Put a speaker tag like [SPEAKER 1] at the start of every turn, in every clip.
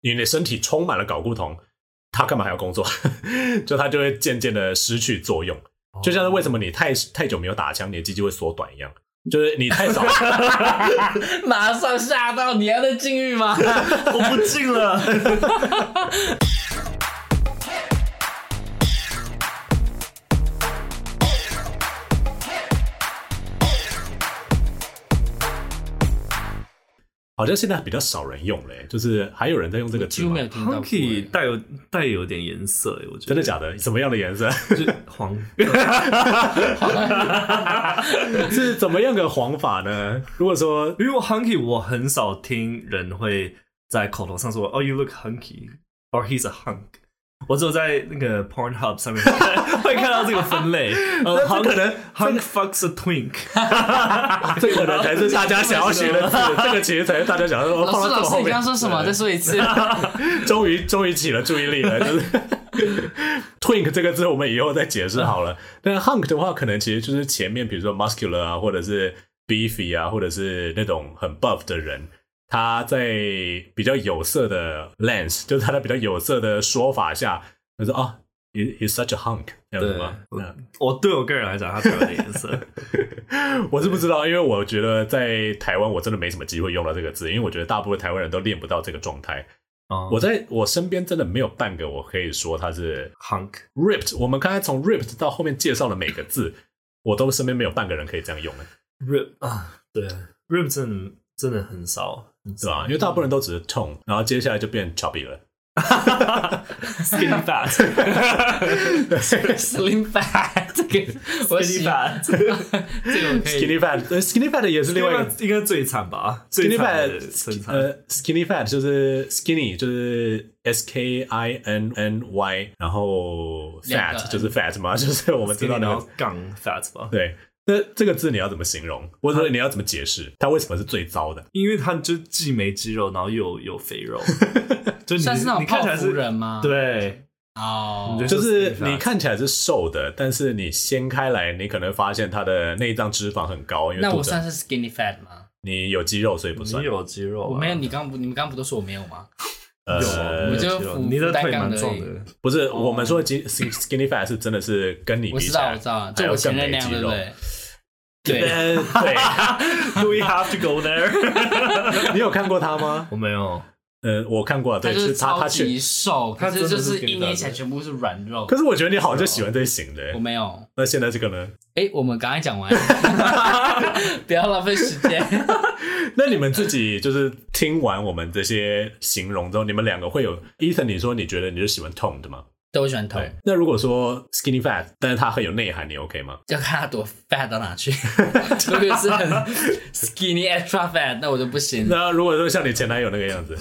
[SPEAKER 1] 因为你的身体充满了睾固酮，它干嘛还要工作？ 就它就会渐渐的失去作用，
[SPEAKER 2] 哦
[SPEAKER 1] 就像是为什么你太太久没有打枪，你的鸡鸡会缩短一样，就是你太 少
[SPEAKER 2] 马上吓到你还在禁欲 吗？
[SPEAKER 3] 我不进了。
[SPEAKER 1] 好像现在比较少人用嘞、就是还有人在用这个
[SPEAKER 2] 几
[SPEAKER 1] 词吗
[SPEAKER 2] 乎没有听到过。
[SPEAKER 3] Hunky 带有带有点颜色欸，我觉
[SPEAKER 1] 真
[SPEAKER 3] 得
[SPEAKER 1] 的假的？什么样的颜色？
[SPEAKER 3] 就是黄，
[SPEAKER 1] 是怎么样的黄法呢？如果说
[SPEAKER 3] 因为我 Hunky 我很少听人会在口头上说哦 you look hunky or he's a hunk。我只有在那个 Pornhub 上面 会看到这个 分类，呃，
[SPEAKER 1] 这可能
[SPEAKER 3] hunk fucks a twink，
[SPEAKER 2] 啊
[SPEAKER 1] 这可能才是大家想要学的字，这个其实才是大家想要说
[SPEAKER 2] 老
[SPEAKER 1] 放
[SPEAKER 2] 师，
[SPEAKER 1] 到这
[SPEAKER 2] 老
[SPEAKER 1] 么
[SPEAKER 2] 师，
[SPEAKER 1] 后
[SPEAKER 2] 你刚
[SPEAKER 1] 面
[SPEAKER 2] 刚。说什么？再说 一次。
[SPEAKER 1] 终于终于起了注意力了，就是 twink 这个字，我们以后再解释好了。但 hunk 的话，可能其实就是前面比如说 muscular 啊，或者是 beefy 啊，或者是那种很 buff 的人，他在比较有色的 lens，就是他的比较有色的说法下，他说啊。He he's such a hunk，这样 子吗？
[SPEAKER 3] 我
[SPEAKER 1] 嗯
[SPEAKER 3] 我对我个人来讲，它带有点颜色。
[SPEAKER 1] 我是不知道，因为我觉得在台湾我真的没什么机会用到这个字，因为我觉得大部分台湾人都练不到这个状态。
[SPEAKER 3] 哦
[SPEAKER 1] 我在我身边真的没有半个我可以说他是
[SPEAKER 3] hunk，
[SPEAKER 1] ripped，我们刚才从 ripped 到后面介绍的每个字，我都身边没有半个人可以这样用的，
[SPEAKER 3] rib 啊，对，rib 真的真的很少，很
[SPEAKER 1] 对吧？
[SPEAKER 3] 少
[SPEAKER 1] 因为 大部分人都只是痛，然后接下来就变 chubby 了。
[SPEAKER 3] skin fat，skinny
[SPEAKER 2] Slim Fat 这个我喜欢，
[SPEAKER 3] fat，
[SPEAKER 2] 这个我可 以。
[SPEAKER 1] skinny fat，呃，skinny fat 也是另外一个
[SPEAKER 3] 应该最惨吧？最
[SPEAKER 1] skinny
[SPEAKER 3] 惨的身
[SPEAKER 1] fat，
[SPEAKER 3] 材，
[SPEAKER 1] 呃，skinny fat 就是 skinny，就是 s k i n n y，然后
[SPEAKER 2] 两个
[SPEAKER 1] fat 就是 fat 嘛，就是我们知道
[SPEAKER 3] skinny
[SPEAKER 1] 那
[SPEAKER 3] 然
[SPEAKER 1] 个
[SPEAKER 3] 后杠 fat 吧？
[SPEAKER 1] 对。那这个字你要怎么形容，或
[SPEAKER 2] 啊
[SPEAKER 1] 者说你要怎么解释它为什么是最糟的？
[SPEAKER 3] 因为他就既没肌肉，然后又有肥肉，就你
[SPEAKER 2] 算是那种
[SPEAKER 3] 你看
[SPEAKER 2] 泡
[SPEAKER 3] 起来
[SPEAKER 2] 芙
[SPEAKER 3] 是
[SPEAKER 2] 人啊吗？，
[SPEAKER 3] 对，
[SPEAKER 2] 哦
[SPEAKER 3] 你，
[SPEAKER 1] 就是你看起来是瘦的，但是你掀开来，你可能发现它的内脏脂肪很高，因为
[SPEAKER 2] 那
[SPEAKER 1] 肚
[SPEAKER 2] 我
[SPEAKER 1] 子
[SPEAKER 2] 算是 Skinny Fat 吗？
[SPEAKER 1] 你有肌肉，所以不算
[SPEAKER 3] 你。有肌肉啊，
[SPEAKER 2] 我没有，你刚不，你们刚不都说我没有吗？
[SPEAKER 1] 呃
[SPEAKER 3] 有啊，
[SPEAKER 2] 我
[SPEAKER 3] 你有
[SPEAKER 2] 就
[SPEAKER 3] 肌肉
[SPEAKER 2] 扶
[SPEAKER 3] 你的
[SPEAKER 2] 单
[SPEAKER 3] 腿
[SPEAKER 2] 杠
[SPEAKER 3] 蛮
[SPEAKER 2] 而
[SPEAKER 3] 壮
[SPEAKER 2] 已
[SPEAKER 3] 的，
[SPEAKER 1] 不是，我们说的肌 skin- skinny fat 是真的是跟你
[SPEAKER 2] 我
[SPEAKER 1] 比
[SPEAKER 2] 知
[SPEAKER 1] 起
[SPEAKER 2] 道，
[SPEAKER 1] 来，
[SPEAKER 2] 我知道，
[SPEAKER 1] 还
[SPEAKER 2] 就
[SPEAKER 1] 有
[SPEAKER 2] 我前
[SPEAKER 1] 更
[SPEAKER 2] 任那
[SPEAKER 1] 没
[SPEAKER 2] 样，
[SPEAKER 1] 肌
[SPEAKER 2] 对不
[SPEAKER 1] 肉。
[SPEAKER 2] 对？对，
[SPEAKER 1] 呃对，
[SPEAKER 3] Do we have to go there？
[SPEAKER 1] 你有看过他吗？
[SPEAKER 3] 我没有，
[SPEAKER 1] 呃，我看过，
[SPEAKER 2] 他
[SPEAKER 1] 对，
[SPEAKER 2] 就是
[SPEAKER 1] 是他，
[SPEAKER 2] 超
[SPEAKER 1] 他
[SPEAKER 2] 级
[SPEAKER 1] 去。
[SPEAKER 2] 瘦，可
[SPEAKER 3] 他
[SPEAKER 2] 是
[SPEAKER 3] 真的
[SPEAKER 2] 就是是
[SPEAKER 3] skinny
[SPEAKER 2] 一捏起来全部是软肉
[SPEAKER 1] 可。是我觉得你好像喜欢这一型的欸
[SPEAKER 2] 我。没有，
[SPEAKER 1] 那现在这个呢？
[SPEAKER 2] 哎，我们刚才讲完， 不要浪费时间。
[SPEAKER 1] 那你们自己就是听完我们这些形容之后，你们两个会有，Ethan，你说你觉得你是喜欢痛的吗？
[SPEAKER 2] 对，我喜欢头，
[SPEAKER 1] 对。那如果说 skinny fat，但是它很有内涵，你 OK 吗？
[SPEAKER 2] 要看他多 fat 到哪去。 如果是很 skinny extra fat，那我就不行。
[SPEAKER 1] 那如果说像你前男友那个样子，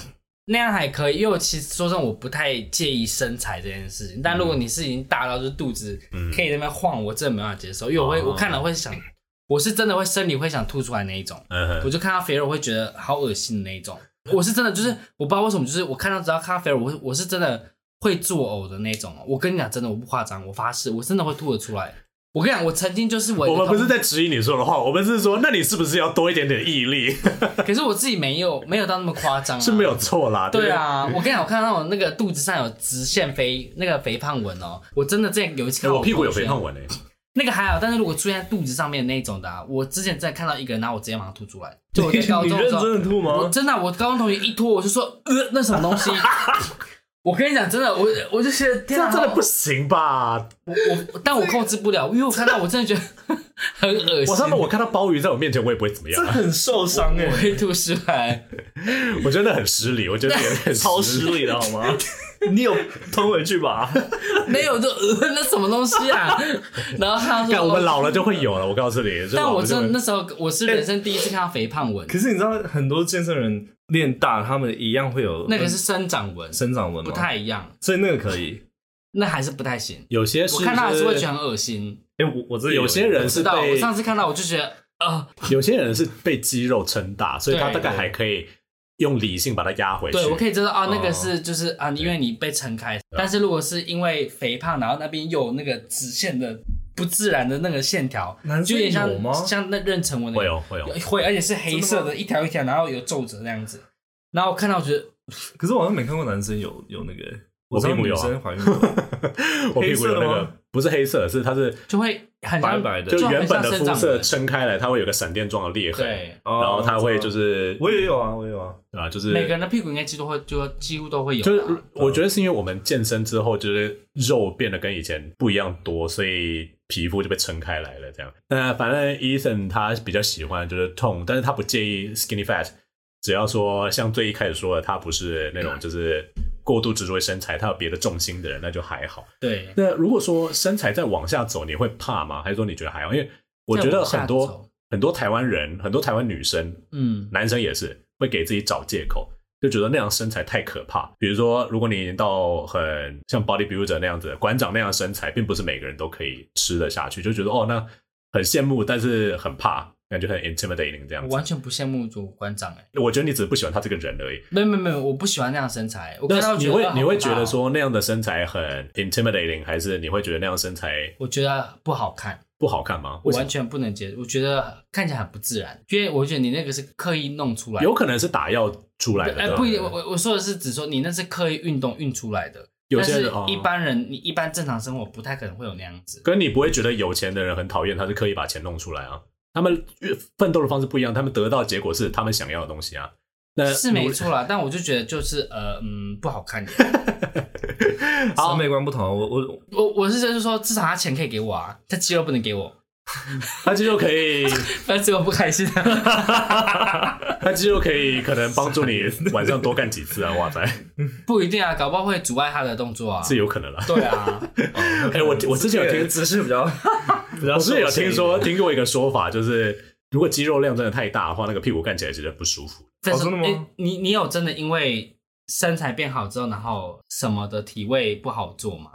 [SPEAKER 2] 那样还可以，因为我其实说真的，我不太介意身材这件事情。但如果你是已经大到就是肚子可以在那边晃，我真的没办法接受，因为我会、
[SPEAKER 1] 嗯哦
[SPEAKER 2] 我看了会想，我是真的会生理会想吐出来那一种。
[SPEAKER 1] 嗯
[SPEAKER 2] 我
[SPEAKER 1] 哼，
[SPEAKER 2] 就看到肥肉我会觉得好恶心的那一种。我是真的就是我不知道为什么，就是我看到只要看到肥肉，我会我是真的会作呕的那种。我跟你讲，真的我不夸张，我发誓，我真的会吐得出来。我跟你讲，我曾经就是我一
[SPEAKER 1] 我
[SPEAKER 2] 个
[SPEAKER 1] 们不
[SPEAKER 2] 同
[SPEAKER 1] 是在质疑你说的话，我们是说，那你是不是要多一点点毅力？
[SPEAKER 2] 可是我自己没有没有到那么夸张、啊，
[SPEAKER 1] 是没有错啦，
[SPEAKER 2] 对
[SPEAKER 1] 不
[SPEAKER 2] 啊，我跟你讲，我看到那种那个肚子上有直线肥那个肥胖纹哦，我真的之前有一次
[SPEAKER 1] 对。
[SPEAKER 2] 看
[SPEAKER 1] 哎我屁股有
[SPEAKER 2] 朋
[SPEAKER 1] 肥
[SPEAKER 2] 友圈
[SPEAKER 1] 胖，纹欸诶，
[SPEAKER 2] 那个还好，但是如果出现在肚子上面那一种的、啊，我之前真的看到一个人，然后我直接马上吐出 来，就我在高
[SPEAKER 3] 你
[SPEAKER 2] 中的
[SPEAKER 3] 认
[SPEAKER 2] 时候，
[SPEAKER 3] 真的吐
[SPEAKER 2] 我
[SPEAKER 3] 吗？
[SPEAKER 2] 真的啊、我高中同学一拖我就说，呃，那什么东西？ 我跟你讲，真的，我我就觉得
[SPEAKER 1] 这
[SPEAKER 2] 天啊，
[SPEAKER 1] 样真的不行吧？
[SPEAKER 2] 哎我，但我控制不了，因为我看到我真的觉得 很恶心，
[SPEAKER 1] 我上面我看到鲍鱼在我面前，我也不会怎么样
[SPEAKER 3] 这
[SPEAKER 1] 啊，
[SPEAKER 3] 很受伤
[SPEAKER 2] 我
[SPEAKER 3] 哎，
[SPEAKER 2] 会吐出来。
[SPEAKER 1] 我真的很失礼，我觉得 也很
[SPEAKER 3] 超失礼的好吗？ 你有吞回去吧？
[SPEAKER 2] 没有就呃，那什么东西啊？然后他
[SPEAKER 1] 干
[SPEAKER 2] 说，
[SPEAKER 1] 我们老了就会有了，我告诉你。就
[SPEAKER 2] 但
[SPEAKER 1] 老
[SPEAKER 2] 我
[SPEAKER 1] 了就
[SPEAKER 2] 真的
[SPEAKER 1] 会
[SPEAKER 2] 那时候我是人生第一次看到肥胖纹，
[SPEAKER 3] 可是你知道很多健身人练大，他们一样会有
[SPEAKER 2] 那个是生长纹，
[SPEAKER 3] 生长纹吗？
[SPEAKER 2] 不，太一样，
[SPEAKER 3] 所以那个可以。
[SPEAKER 2] 那还是不太行。
[SPEAKER 1] 有些是
[SPEAKER 2] 我看到还是会觉得很恶心，
[SPEAKER 3] 哎，我我这里
[SPEAKER 1] 有些人是
[SPEAKER 2] 知道？
[SPEAKER 1] 被
[SPEAKER 2] 我上次看到我就觉得，呃，
[SPEAKER 1] 有些人是被肌肉撑大，所以他
[SPEAKER 2] 对
[SPEAKER 1] 大概
[SPEAKER 2] 对
[SPEAKER 1] 还可以用理性把它压回去。
[SPEAKER 2] 对我可以知道啊，那
[SPEAKER 3] 哦
[SPEAKER 2] 个是就是啊，因为你被撑开，但是如果是因为肥胖，然后那边又有那个直线的不自然的那个线条
[SPEAKER 3] 男，生
[SPEAKER 2] 就有点
[SPEAKER 3] 有吗
[SPEAKER 2] 像像那妊娠纹的
[SPEAKER 1] 会有会有，哦
[SPEAKER 2] 会，而且是黑色
[SPEAKER 3] 真的
[SPEAKER 2] 的，一条一条，然后有皱褶那样子。然后我看到我觉得
[SPEAKER 3] 可是我好像没看过男生有有那个，
[SPEAKER 1] 我
[SPEAKER 3] 知道
[SPEAKER 1] 屁股
[SPEAKER 3] 女
[SPEAKER 1] 有啊
[SPEAKER 3] 生怀孕过，
[SPEAKER 1] 我屁股有那
[SPEAKER 3] 黑色的
[SPEAKER 1] 个
[SPEAKER 3] 吗
[SPEAKER 1] 不是黑色，是它是
[SPEAKER 2] 就会很像
[SPEAKER 3] 白白的，
[SPEAKER 1] 就
[SPEAKER 2] 很
[SPEAKER 1] 原本
[SPEAKER 2] 像
[SPEAKER 1] 的
[SPEAKER 2] 生
[SPEAKER 1] 肤
[SPEAKER 2] 长
[SPEAKER 1] 色
[SPEAKER 2] 纹
[SPEAKER 1] 撑开来，它会有个闪电状的裂痕，
[SPEAKER 2] 对，哦
[SPEAKER 1] 然后它会就是是
[SPEAKER 3] 哦我也有啊，我也有啊，
[SPEAKER 1] 对吧？就是
[SPEAKER 2] 每个人的屁股应该几乎会就几乎都会有啊，
[SPEAKER 1] 就是我觉得是因为我们健身之后，就是肉变得跟以前不一样多，所以皮肤就被撑开来了。这样，那反正 Ethan 他比较喜欢就是痛，但是他不介意 skinny fat，只要说像最一开始说的，他不是那种就是过度执着于身材，他有别的重心的人，那就还好。
[SPEAKER 2] 对，
[SPEAKER 1] 那如果说身材再往下走，你会怕吗？还是说你觉得还好？因为我觉
[SPEAKER 2] 再
[SPEAKER 1] 得
[SPEAKER 2] 往下
[SPEAKER 1] 很多
[SPEAKER 2] 走
[SPEAKER 1] 很多台湾人，很多台湾女生
[SPEAKER 2] 嗯，
[SPEAKER 1] 男生也是会给自己找借口，就觉得那样身材太可怕。比如说，如果你已经到很像 bodybuilder 那样子，馆长那样的身材，并不是每个人都可以吃得下去，就觉得哦，那很羡慕，但是很怕，感觉很 intimidating 这样
[SPEAKER 2] 我
[SPEAKER 1] 子。
[SPEAKER 2] 完全不羡慕主馆长哎，
[SPEAKER 1] 我觉得你只是不喜欢他这个人而已。
[SPEAKER 2] 没有没有没有，我不喜欢那样身材，我看到
[SPEAKER 1] 那
[SPEAKER 2] 觉
[SPEAKER 1] 你
[SPEAKER 2] 得
[SPEAKER 1] 会
[SPEAKER 2] 好
[SPEAKER 1] 你会
[SPEAKER 2] 可怕
[SPEAKER 1] 觉得
[SPEAKER 2] 哦，
[SPEAKER 1] 说那样的身材很 intimidating，还是你会觉得那样身材
[SPEAKER 2] 我觉得不好看。
[SPEAKER 1] 不好看吗？
[SPEAKER 2] 我
[SPEAKER 1] 为什
[SPEAKER 2] 完
[SPEAKER 1] 么？
[SPEAKER 2] 全不能接受，我觉得看起来很不自然，因为我觉得你那个是刻意弄出来的。
[SPEAKER 1] 有啊可能是打药出来的，
[SPEAKER 2] 哎、
[SPEAKER 1] 对吧
[SPEAKER 2] 不一定，我我我说的是只说你那是刻意运动运出来的，
[SPEAKER 1] 有
[SPEAKER 2] 但
[SPEAKER 1] 些人
[SPEAKER 2] 是
[SPEAKER 1] 哦
[SPEAKER 2] 一般人你一般正常生活不太可能会有那样子。
[SPEAKER 1] 跟你不会觉得有钱的人很讨厌，他是刻意把钱弄出来啊。他们越奋斗的方式不一样，他们得到的结果是他们想要的东西啊。那
[SPEAKER 2] 是没错啦，但我就觉得就是呃嗯不好看。
[SPEAKER 3] 审美观不同啊，我我
[SPEAKER 2] 我我是就是说，至少他钱可以给我啊，他肌肉不能给我，
[SPEAKER 1] 他肌肉可以，
[SPEAKER 2] 那只有不开心、啊
[SPEAKER 1] 他肌肉可以可能帮助你晚上多干几次啊！哇塞，
[SPEAKER 2] 不一定啊，搞不好会阻碍他的动作啊。
[SPEAKER 1] 是有可能啦。
[SPEAKER 2] 对啊，
[SPEAKER 3] 哦
[SPEAKER 1] 哎、我我之前有听，
[SPEAKER 3] 姿势比较， 比较
[SPEAKER 1] 我之前有
[SPEAKER 3] 受限一
[SPEAKER 1] 听
[SPEAKER 3] 点
[SPEAKER 1] 说听过一个说法，就是如果肌肉量真的太大的话，那个屁股看起来真哦的不舒服。
[SPEAKER 2] 但是、
[SPEAKER 3] 真的吗
[SPEAKER 2] 诶你你有真的因为身材变好之后，然后什么的体位不好做吗？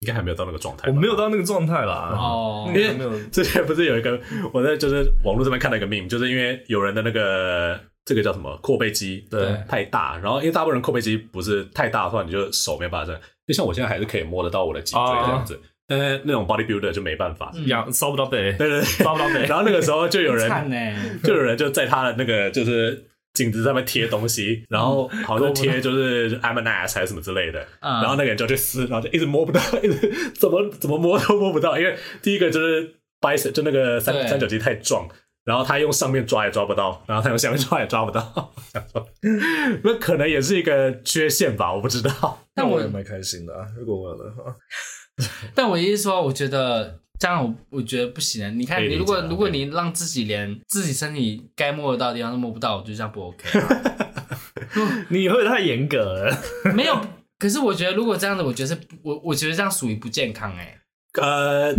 [SPEAKER 1] 应该还没有到那个状态吧。
[SPEAKER 3] 我没有到那个状态
[SPEAKER 1] 啊
[SPEAKER 3] 啦，
[SPEAKER 2] 哦、
[SPEAKER 1] 嗯
[SPEAKER 3] 因为没有
[SPEAKER 1] 之前不是有一个，我在就是网络这边看到一个 meme，就是因为有人的那个这个叫什么阔背肌
[SPEAKER 3] 对
[SPEAKER 1] 太大，然后因为大部分人阔背肌不是太大的话，你就手没办法伸，就像我现在还是可以摸得到我的脊椎这样子，但是那种 bodybuilder 就没办法，
[SPEAKER 2] 嗯
[SPEAKER 3] 养烧不到背，
[SPEAKER 1] 对对对，
[SPEAKER 3] 烧不到背，
[SPEAKER 1] 然后那个时候就有人
[SPEAKER 2] 惨呢、
[SPEAKER 1] 就有人就在他的那个就是颈子上面贴东西，然后好像 贴就是 I'm an ass 还是什么之类的，
[SPEAKER 2] 嗯
[SPEAKER 1] 然后那个人就去撕，然后就一直摸不到， 一直怎么怎么摸都摸不到，因为第一个就是 bicep 就那个三
[SPEAKER 2] 对
[SPEAKER 1] 三角肌太壮。然后他用上面抓也抓不到，然后他用下面抓也抓不到，想说那可能也是一个缺陷吧，我不知道。
[SPEAKER 2] 但我
[SPEAKER 3] 蛮开心的啊，如果我有的话，
[SPEAKER 2] 但我意思说，我觉得这样我我觉得不行。你看，
[SPEAKER 1] 可以理
[SPEAKER 2] 你
[SPEAKER 1] 解
[SPEAKER 2] 如果
[SPEAKER 1] 啊
[SPEAKER 2] 如果
[SPEAKER 1] 可
[SPEAKER 2] 你让自己连自己身体该摸得到的地方都摸不到，我觉得这样不 OK 啊、
[SPEAKER 3] 你会太严格了，
[SPEAKER 2] 没有，可是我觉得如果这样子，我觉得是不我我觉得这样属于不健康哎、
[SPEAKER 1] 呃，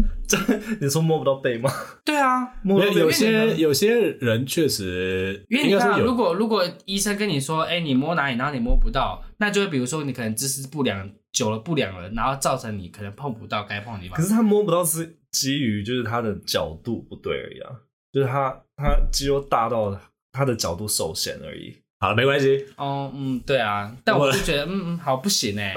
[SPEAKER 3] 你说摸不到背吗？
[SPEAKER 2] 对啊，
[SPEAKER 3] 摸不到
[SPEAKER 1] 有
[SPEAKER 3] 背
[SPEAKER 1] 有些有些人确实，
[SPEAKER 2] 因为
[SPEAKER 1] 应
[SPEAKER 2] 你
[SPEAKER 1] 该
[SPEAKER 2] 看啊，
[SPEAKER 1] 说有
[SPEAKER 2] 如果如果医生跟你说，哎、你摸哪里，然后你摸不到，那就会比如说你可能姿势不良，久了不良了，然后造成你可能碰不到该碰的地方
[SPEAKER 3] 可。是他摸不到是基于就是他的角度不对而已啊，就是他他肌肉大到他的角度受限而已。
[SPEAKER 1] 好，没关系，
[SPEAKER 2] 哦，嗯，对啊，但我就觉 得，嗯嗯，好不行哎、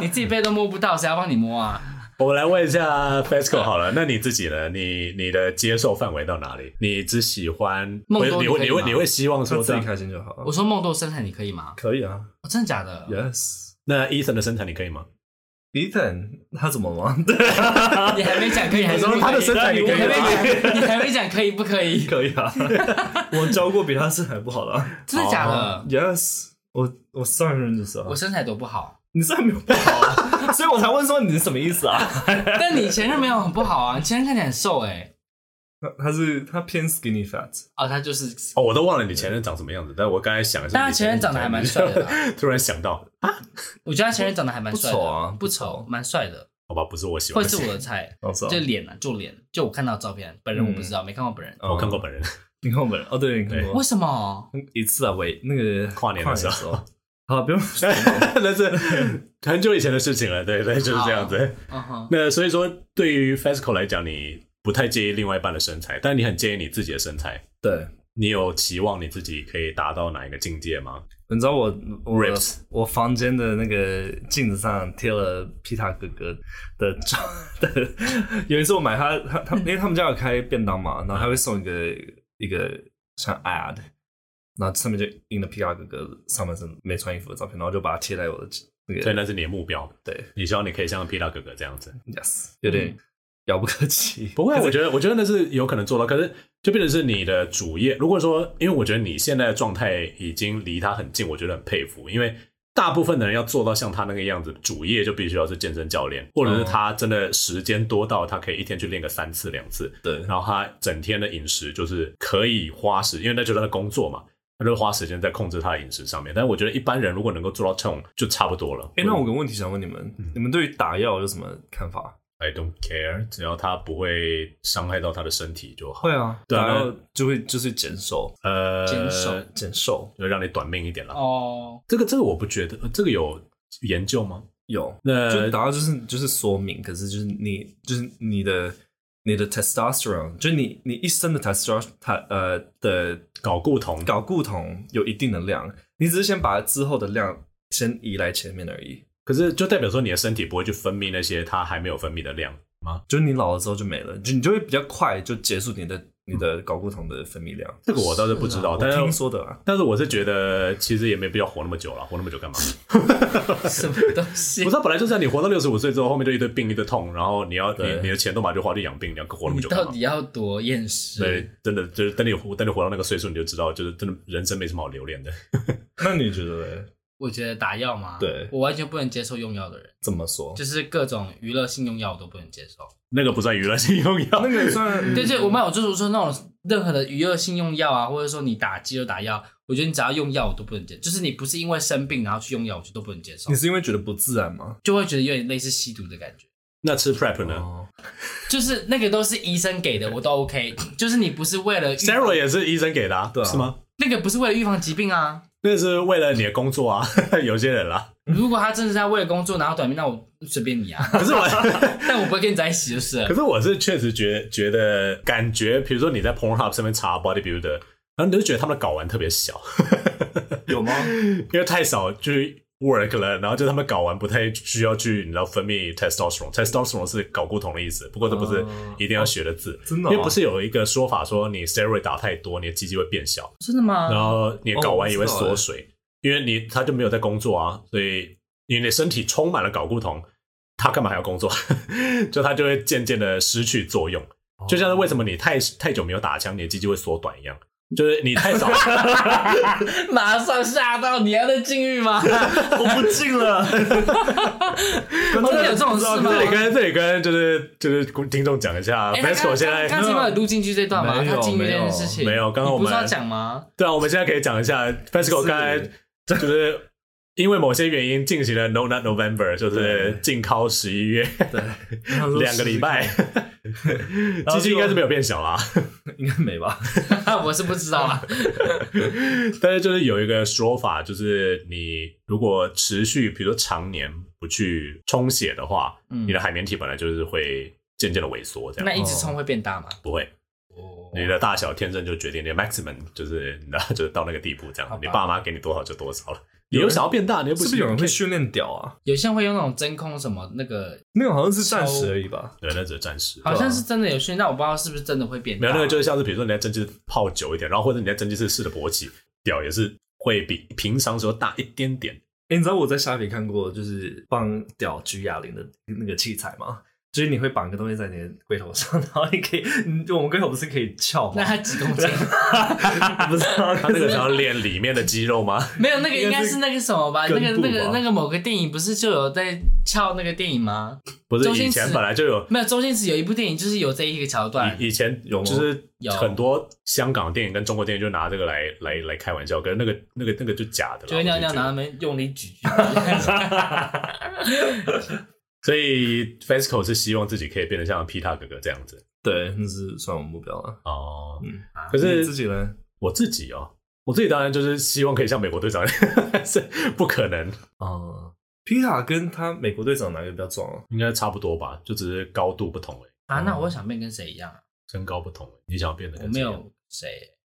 [SPEAKER 2] 你自己背都摸不到，谁要帮你摸啊？
[SPEAKER 1] 我们来问一下 FESCO 好了，那你自己呢？你你的接受范围到哪里？你只喜欢，
[SPEAKER 2] 梦
[SPEAKER 1] 会
[SPEAKER 2] 多
[SPEAKER 1] 你
[SPEAKER 2] 你
[SPEAKER 1] 会
[SPEAKER 2] 可以
[SPEAKER 1] 你会
[SPEAKER 2] 吗
[SPEAKER 1] 你会希望
[SPEAKER 3] 他
[SPEAKER 1] 说
[SPEAKER 3] 自
[SPEAKER 1] 这样？
[SPEAKER 3] 己开心就好。
[SPEAKER 2] 我说梦豆身材你可以吗？
[SPEAKER 3] 可以啊
[SPEAKER 2] 哦、真的假的？
[SPEAKER 3] ，Yes。
[SPEAKER 1] 那 Ethan 的身材你可以吗？
[SPEAKER 3] Ethan，他怎么了？对，
[SPEAKER 2] 你还没讲可以 还是不
[SPEAKER 1] 哎他的
[SPEAKER 2] 可以？
[SPEAKER 1] 身材你可
[SPEAKER 2] 你还
[SPEAKER 1] 以吗？
[SPEAKER 2] 没 讲，你还没讲可以不可以？
[SPEAKER 3] 可以啊，我教过比他身材不好的啊。
[SPEAKER 2] 真的假的？
[SPEAKER 3] Yes，我我上任就是啊
[SPEAKER 2] 我，身材多不好，
[SPEAKER 3] 你身材没有不好 啊，所以我才问说你是什么意思啊？
[SPEAKER 2] 但你前任没有很不好啊，你前任看起来很瘦哎、
[SPEAKER 3] 他他是他偏 skinny fat，
[SPEAKER 2] 哦，他就是，
[SPEAKER 1] 哦，我都忘了你前任长什么样子，但我刚才想的是，
[SPEAKER 2] 但他前任长得还蛮帅的啦，
[SPEAKER 1] 突然想到，
[SPEAKER 2] 我觉得他前任长得还蛮帅的，
[SPEAKER 3] 不丑啊
[SPEAKER 2] 不丑，蛮帅的，
[SPEAKER 1] 好吧，不是我喜欢
[SPEAKER 2] 会
[SPEAKER 1] 的
[SPEAKER 2] 是
[SPEAKER 1] 型，
[SPEAKER 2] 我的 菜。
[SPEAKER 3] 哦是啊
[SPEAKER 2] 就脸啊，就脸，就我看到照片，本人我不知道，没看过本人。
[SPEAKER 1] 我看过本 人，
[SPEAKER 3] 哦你看我本人哦，对，你看
[SPEAKER 2] 为
[SPEAKER 3] 过
[SPEAKER 2] 什么？
[SPEAKER 3] 一次啊，喂，那个
[SPEAKER 1] 跨年的时候
[SPEAKER 3] 跨年的时候。好，不用
[SPEAKER 2] 哦
[SPEAKER 1] 那是很久以前的事情了，对对，就是这样子。
[SPEAKER 2] 嗯哼，
[SPEAKER 1] 那所以说，对于 FESCO 来讲，你不太介意另外一半的身材，但你很介意你自己的身材。
[SPEAKER 3] 对，
[SPEAKER 1] 你有期望你自己可以达到哪一个境界吗？
[SPEAKER 3] 你知道我我
[SPEAKER 1] Rips
[SPEAKER 3] 我房间的那个镜子上贴了皮塔哥哥的照。 的有一次我买他他他，因为他们家有开便当嘛，然后他会送一个一个像 ad，然后上面就印了 PR 哥哥上半身没穿衣服的照片，然后就把它贴在我的那
[SPEAKER 1] 所以
[SPEAKER 3] 个
[SPEAKER 1] 那是你的目标，
[SPEAKER 3] 对
[SPEAKER 1] 你希望你可以像皮大哥哥这样子。
[SPEAKER 3] ，yes，有点遥不可及。
[SPEAKER 1] 不会啊，我觉得我觉得那是有可能做到，可是就变成是你的主业。如果说，因为我觉得你现在的状态已经离他很近，我觉得很佩服，因为。大部分的人要做到像他那个样子，主业就必须要是健身教练，或者是哦他真的时间多到他可以一天去练个三次两次，
[SPEAKER 3] 对，
[SPEAKER 1] 然后他整天的饮食就是可以花时，因为那就是他的工作嘛，他就花时间在控制他的饮食上面。但是我觉得一般人如果能够做到这种，就差不多了。
[SPEAKER 3] 哎，那我有个问题想问你们，你们对于打药有什么看法？
[SPEAKER 1] I don't care，只要他不会伤害到他的身体就好。
[SPEAKER 3] 啊，
[SPEAKER 1] 对啊
[SPEAKER 3] 打药就会就是减瘦，
[SPEAKER 1] 呃，
[SPEAKER 2] 减少
[SPEAKER 3] 减瘦
[SPEAKER 1] 就让你短命一点了。
[SPEAKER 2] 哦，
[SPEAKER 1] 这个这个我不觉得，呃这个有研究吗？
[SPEAKER 3] 有，就
[SPEAKER 1] 那
[SPEAKER 3] 打药就是就是说明，可是就是你就是你的你的 testosterone，就是你你一生的 testosterone 它呃的
[SPEAKER 1] 搞固酮，
[SPEAKER 3] 睾固酮有一定的量，你只是先把之后的量先移来前面而已。
[SPEAKER 1] 可是就代表说你的身体不会去分泌那些它还没有分泌的量吗？
[SPEAKER 3] 就是你老了之后就没了，就你就会比较快就结束你的你的睾固酮的分泌量。
[SPEAKER 1] 这个我倒是不知道，嗯
[SPEAKER 3] 我
[SPEAKER 1] 哦但是
[SPEAKER 3] 听说的啊，
[SPEAKER 1] 但是我是觉得其实也没必要活那么久了，活那么久 干嘛？
[SPEAKER 2] 什么东 西
[SPEAKER 1] 不？是啊，本来就是啊你活到六十五岁之后，后面就一堆病一堆痛，然后你要你
[SPEAKER 3] 对
[SPEAKER 1] 你的钱都马上就花去养病，你要活那么
[SPEAKER 2] 你
[SPEAKER 1] 久干
[SPEAKER 2] 到
[SPEAKER 1] 嘛
[SPEAKER 2] 底？要多厌世？
[SPEAKER 1] 对，真的就是等你活等你活到那个岁数，你就知道，就是真的人生没什么好留恋的。
[SPEAKER 3] 那你觉得嘞？
[SPEAKER 2] 我觉得打药嘛，
[SPEAKER 3] 对哦
[SPEAKER 2] 我完全不能接受用药的人，
[SPEAKER 3] 怎么说？
[SPEAKER 2] 就是各种娱乐性用药我都不能接受。
[SPEAKER 1] 那个不算娱乐性用药，
[SPEAKER 3] 那个算
[SPEAKER 2] 对，就我们有就是说那种任何的娱乐性用药啊，或者说你打肌肉打药，我觉得你只要用药我都不能接，就是你不是因为生病然后去用药，我就都不能接受
[SPEAKER 3] 你，是因为觉得不自然吗？
[SPEAKER 2] 就会觉得有点类似吸毒的感觉。
[SPEAKER 1] 那吃 prep 呢
[SPEAKER 3] 哦，
[SPEAKER 2] 就是那个都是医生给的，我都 OK。就是你不是为了预
[SPEAKER 1] ？Sarah 也是医生给的、啊，
[SPEAKER 3] 对啊
[SPEAKER 1] 是吗？
[SPEAKER 2] 那个不是为了预防疾病啊。
[SPEAKER 1] 那是为了你的工作啊， 有些人啦。
[SPEAKER 2] 如果他真的是在为了工作然后短命，那我随便你啊，
[SPEAKER 1] 可是我，
[SPEAKER 2] 但我不会跟你在一起就是了
[SPEAKER 1] 可。是我是确实觉觉得感觉，比如说你在 Pornhub 上面查 bodybuilder，然后你就觉得他们的睾丸特别小，
[SPEAKER 3] 有吗？
[SPEAKER 1] 因为太少就是 work 了，然后就他们睾丸不太需要去，你知道分泌 testosterone，testosterone 是睾固酮的意思，不过这不是一定要学的字，
[SPEAKER 3] 真的哦
[SPEAKER 1] 因为不是有一个说法说你 steroid 打太多，你的鸡鸡会变小，
[SPEAKER 2] 真的吗？
[SPEAKER 1] 然后你的睾丸也会
[SPEAKER 3] 哦
[SPEAKER 1] 缩
[SPEAKER 3] 我
[SPEAKER 1] 水，因为你他就没有在工作啊，所以你的身体充满了睾固酮，他干嘛还要工作？ 就他就会渐渐的失去作用，
[SPEAKER 2] 哦
[SPEAKER 1] 就像是为什么你太太久没有打枪，你的鸡鸡会缩短一样，就是你 太少。
[SPEAKER 2] 马上吓到你要在禁欲吗？真
[SPEAKER 3] 我不 进了。
[SPEAKER 2] 的有这种事吗？
[SPEAKER 1] 这里跟这里跟就是就是听众讲一下
[SPEAKER 2] 哎他刚
[SPEAKER 1] ，Vesco 现在
[SPEAKER 2] 刚刚才没有录进去这段吗？
[SPEAKER 3] 没有
[SPEAKER 2] 他禁欲这件事情
[SPEAKER 1] 没有刚刚我
[SPEAKER 2] 你
[SPEAKER 1] 们
[SPEAKER 2] 不是要讲吗？
[SPEAKER 1] 对啊，我们现在可以讲一下 Vesco
[SPEAKER 3] 是
[SPEAKER 1] 刚才就是因为某些原因进行了 No Not November，就是
[SPEAKER 3] 对
[SPEAKER 1] 禁靠十一月两个礼拜，
[SPEAKER 3] 后
[SPEAKER 1] 鸡鸡应该
[SPEAKER 3] 就是
[SPEAKER 1] 没有变小啦。
[SPEAKER 3] 应该没吧？
[SPEAKER 2] 我是不知道
[SPEAKER 1] 哦
[SPEAKER 2] 啊。
[SPEAKER 1] 但是就是有一个说法，就是你如果持续，比如说常年不去充血的话，
[SPEAKER 2] 嗯
[SPEAKER 1] 你的海绵体本来就是会渐渐的萎缩，这
[SPEAKER 2] 那
[SPEAKER 1] 样
[SPEAKER 2] 一直冲会变大吗？
[SPEAKER 1] 不会。你的大小天生就决定你的 maximum，就是你知道，就是到那个地步这
[SPEAKER 2] 好
[SPEAKER 1] 样
[SPEAKER 2] 吧，
[SPEAKER 1] 你爸妈给你多少就多少了。你又想要变大，你又 不
[SPEAKER 3] 是不
[SPEAKER 1] 行
[SPEAKER 3] 是有人会训练屌啊？
[SPEAKER 2] 有些人会用那种真空什么那个，
[SPEAKER 3] 那个好像是暂时而已吧？
[SPEAKER 1] 对，那只是暂时。
[SPEAKER 2] 好像是真的有训，但我不知道是不是真的会变
[SPEAKER 1] 没
[SPEAKER 2] 大。
[SPEAKER 1] 有那个就是像是比如说你在蒸汽室泡久一点，然后或者你在蒸汽室试的勃起，屌也是会比平常时候大一点点。
[SPEAKER 3] 哎、你知道我在虾皮看过就是帮屌举哑铃的那个器材吗？就是你会绑个东西在你的龟头上， 然后你可以，你我们龟头不是可以翘吗
[SPEAKER 2] 那？他 几公斤？
[SPEAKER 3] 不知道，
[SPEAKER 1] 他那个想要练里面的肌肉吗？
[SPEAKER 2] 没有那个应该是那个什 么吧？那个
[SPEAKER 3] 根部吧
[SPEAKER 2] 那个那个某个电影不是就有在翘那个电影吗？
[SPEAKER 1] 不是
[SPEAKER 2] 周，星
[SPEAKER 1] 以前
[SPEAKER 2] 驰
[SPEAKER 1] 本来就有
[SPEAKER 2] 没有，周星驰有一部电影就是有这一个桥段，
[SPEAKER 1] 以以前
[SPEAKER 3] 有吗
[SPEAKER 1] 就是
[SPEAKER 2] 有
[SPEAKER 1] 很多香港电影跟中国电影就拿这个来来来开玩笑，可是那个那个那个就假的啦，
[SPEAKER 2] 就会尿尿
[SPEAKER 1] 我就觉得
[SPEAKER 2] 拿他们用力 举。
[SPEAKER 1] 所以 E FESCO 是希望自己可以变得像 Pita 哥哥这样子
[SPEAKER 3] 对，那是算我目标了。
[SPEAKER 1] 哦。
[SPEAKER 3] 嗯
[SPEAKER 1] 可
[SPEAKER 3] 你自
[SPEAKER 1] 是
[SPEAKER 3] 己呢？
[SPEAKER 1] 我自己哦，我自己当然就是希望可以像美国队长，但 是不可能，
[SPEAKER 3] 哦、皮塔跟他美国队长哪个比较壮啊？
[SPEAKER 1] 应该差不多吧，就只是高度不同而已，
[SPEAKER 2] 啊，那我想变跟谁一样啊？
[SPEAKER 1] 身高不同而已。你想要变得
[SPEAKER 2] 我
[SPEAKER 1] 跟
[SPEAKER 2] 没
[SPEAKER 1] 谁一样，
[SPEAKER 2] 有谁，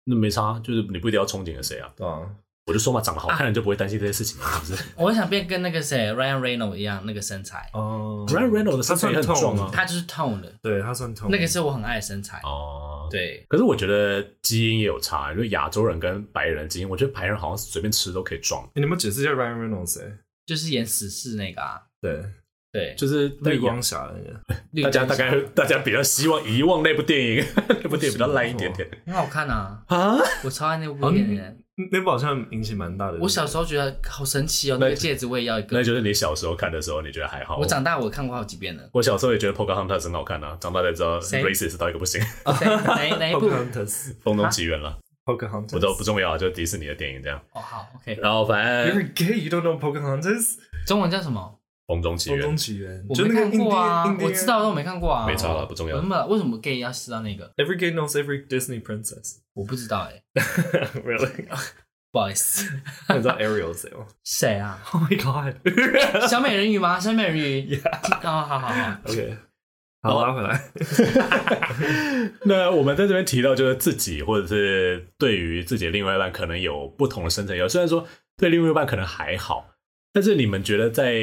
[SPEAKER 1] 那没差，啊就是你不一定要憧憬的谁啊。
[SPEAKER 3] 对啊，
[SPEAKER 1] 我就说嘛，长得好看你就不会担心这些事情了，是不是？
[SPEAKER 2] 我想变跟那个谁 Ryan Reynolds 一样那个身材，
[SPEAKER 3] 哦
[SPEAKER 1] Ryan Reynolds 的身
[SPEAKER 3] 他
[SPEAKER 1] 材
[SPEAKER 3] 算
[SPEAKER 1] 也很
[SPEAKER 3] 痛
[SPEAKER 1] 壮啊
[SPEAKER 2] 他就是 tone 的，
[SPEAKER 3] 对他算痛，
[SPEAKER 2] 那个是我很爱的身材。
[SPEAKER 1] 哦，
[SPEAKER 2] 对，
[SPEAKER 1] 可是我觉得基因也有差，就是亚洲人跟白人的基因，我觉得白人好像随便吃都可以撞，
[SPEAKER 3] 你们解释一下 Ryan Reynolds 哎、
[SPEAKER 2] 就是演死侍那个啊，
[SPEAKER 3] 对，
[SPEAKER 2] 对，
[SPEAKER 1] 就是在
[SPEAKER 3] 绿光侠那个，
[SPEAKER 2] 绿
[SPEAKER 1] 大家
[SPEAKER 2] 灯
[SPEAKER 1] 大概大家比较希望遗忘那部电影，那部电影比较烂一点点
[SPEAKER 2] 很好看啊，
[SPEAKER 1] 啊。
[SPEAKER 2] 我超爱那部电影的。
[SPEAKER 3] 那部好像引起蛮大的。
[SPEAKER 2] 我小时候觉得好神奇哦，那个戒指我也要一
[SPEAKER 1] 那
[SPEAKER 2] 个。
[SPEAKER 1] 就是你小时候看的时候，你觉得还好。
[SPEAKER 2] 我长大我看过好几 遍了。
[SPEAKER 1] 我小时候也觉得《Pocahontas》很好看啊，长大才知道
[SPEAKER 2] 谁
[SPEAKER 1] racist 到一个不行，《
[SPEAKER 2] 谁哪哪一部？
[SPEAKER 3] Pocahontas，Pocahontas，
[SPEAKER 1] 风中奇缘》了，我都不
[SPEAKER 3] Pocahontas。
[SPEAKER 1] 重要，啊就迪士尼的电影这样。
[SPEAKER 2] 哦，好，OK。
[SPEAKER 1] 然后反
[SPEAKER 3] You're
[SPEAKER 1] 正《
[SPEAKER 3] a gay, you don't know Pocahontas。
[SPEAKER 2] 中文叫什么？
[SPEAKER 1] 风中奇
[SPEAKER 3] 风
[SPEAKER 1] 缘》
[SPEAKER 3] 中起源，
[SPEAKER 2] 我
[SPEAKER 3] 就
[SPEAKER 2] 没
[SPEAKER 3] 那个
[SPEAKER 2] 看
[SPEAKER 3] 印第
[SPEAKER 2] 过啊
[SPEAKER 3] 安，，
[SPEAKER 2] 我知道，但我没看过啊。
[SPEAKER 1] 没差了，不重
[SPEAKER 2] 我
[SPEAKER 1] 要
[SPEAKER 2] 他。妈为什么 gay 要知道那个？
[SPEAKER 3] Every gay knows every Disney princess.
[SPEAKER 2] 我不知道哎，
[SPEAKER 3] really?
[SPEAKER 2] 不好意思。
[SPEAKER 3] 那你知道 Ariel 是谁吗
[SPEAKER 2] 谁啊？
[SPEAKER 3] ？Oh my god.
[SPEAKER 2] 小美人鱼吗？小美人鱼。
[SPEAKER 3] Yeah.
[SPEAKER 2] 哦，好好好。
[SPEAKER 3] OK. 好，拉回来。
[SPEAKER 1] 那我们在这边提到，就是自己或者是对于自己的另外一半，可能有不同的深层要求。虽然说对另外一半可能还好，但是你们觉得在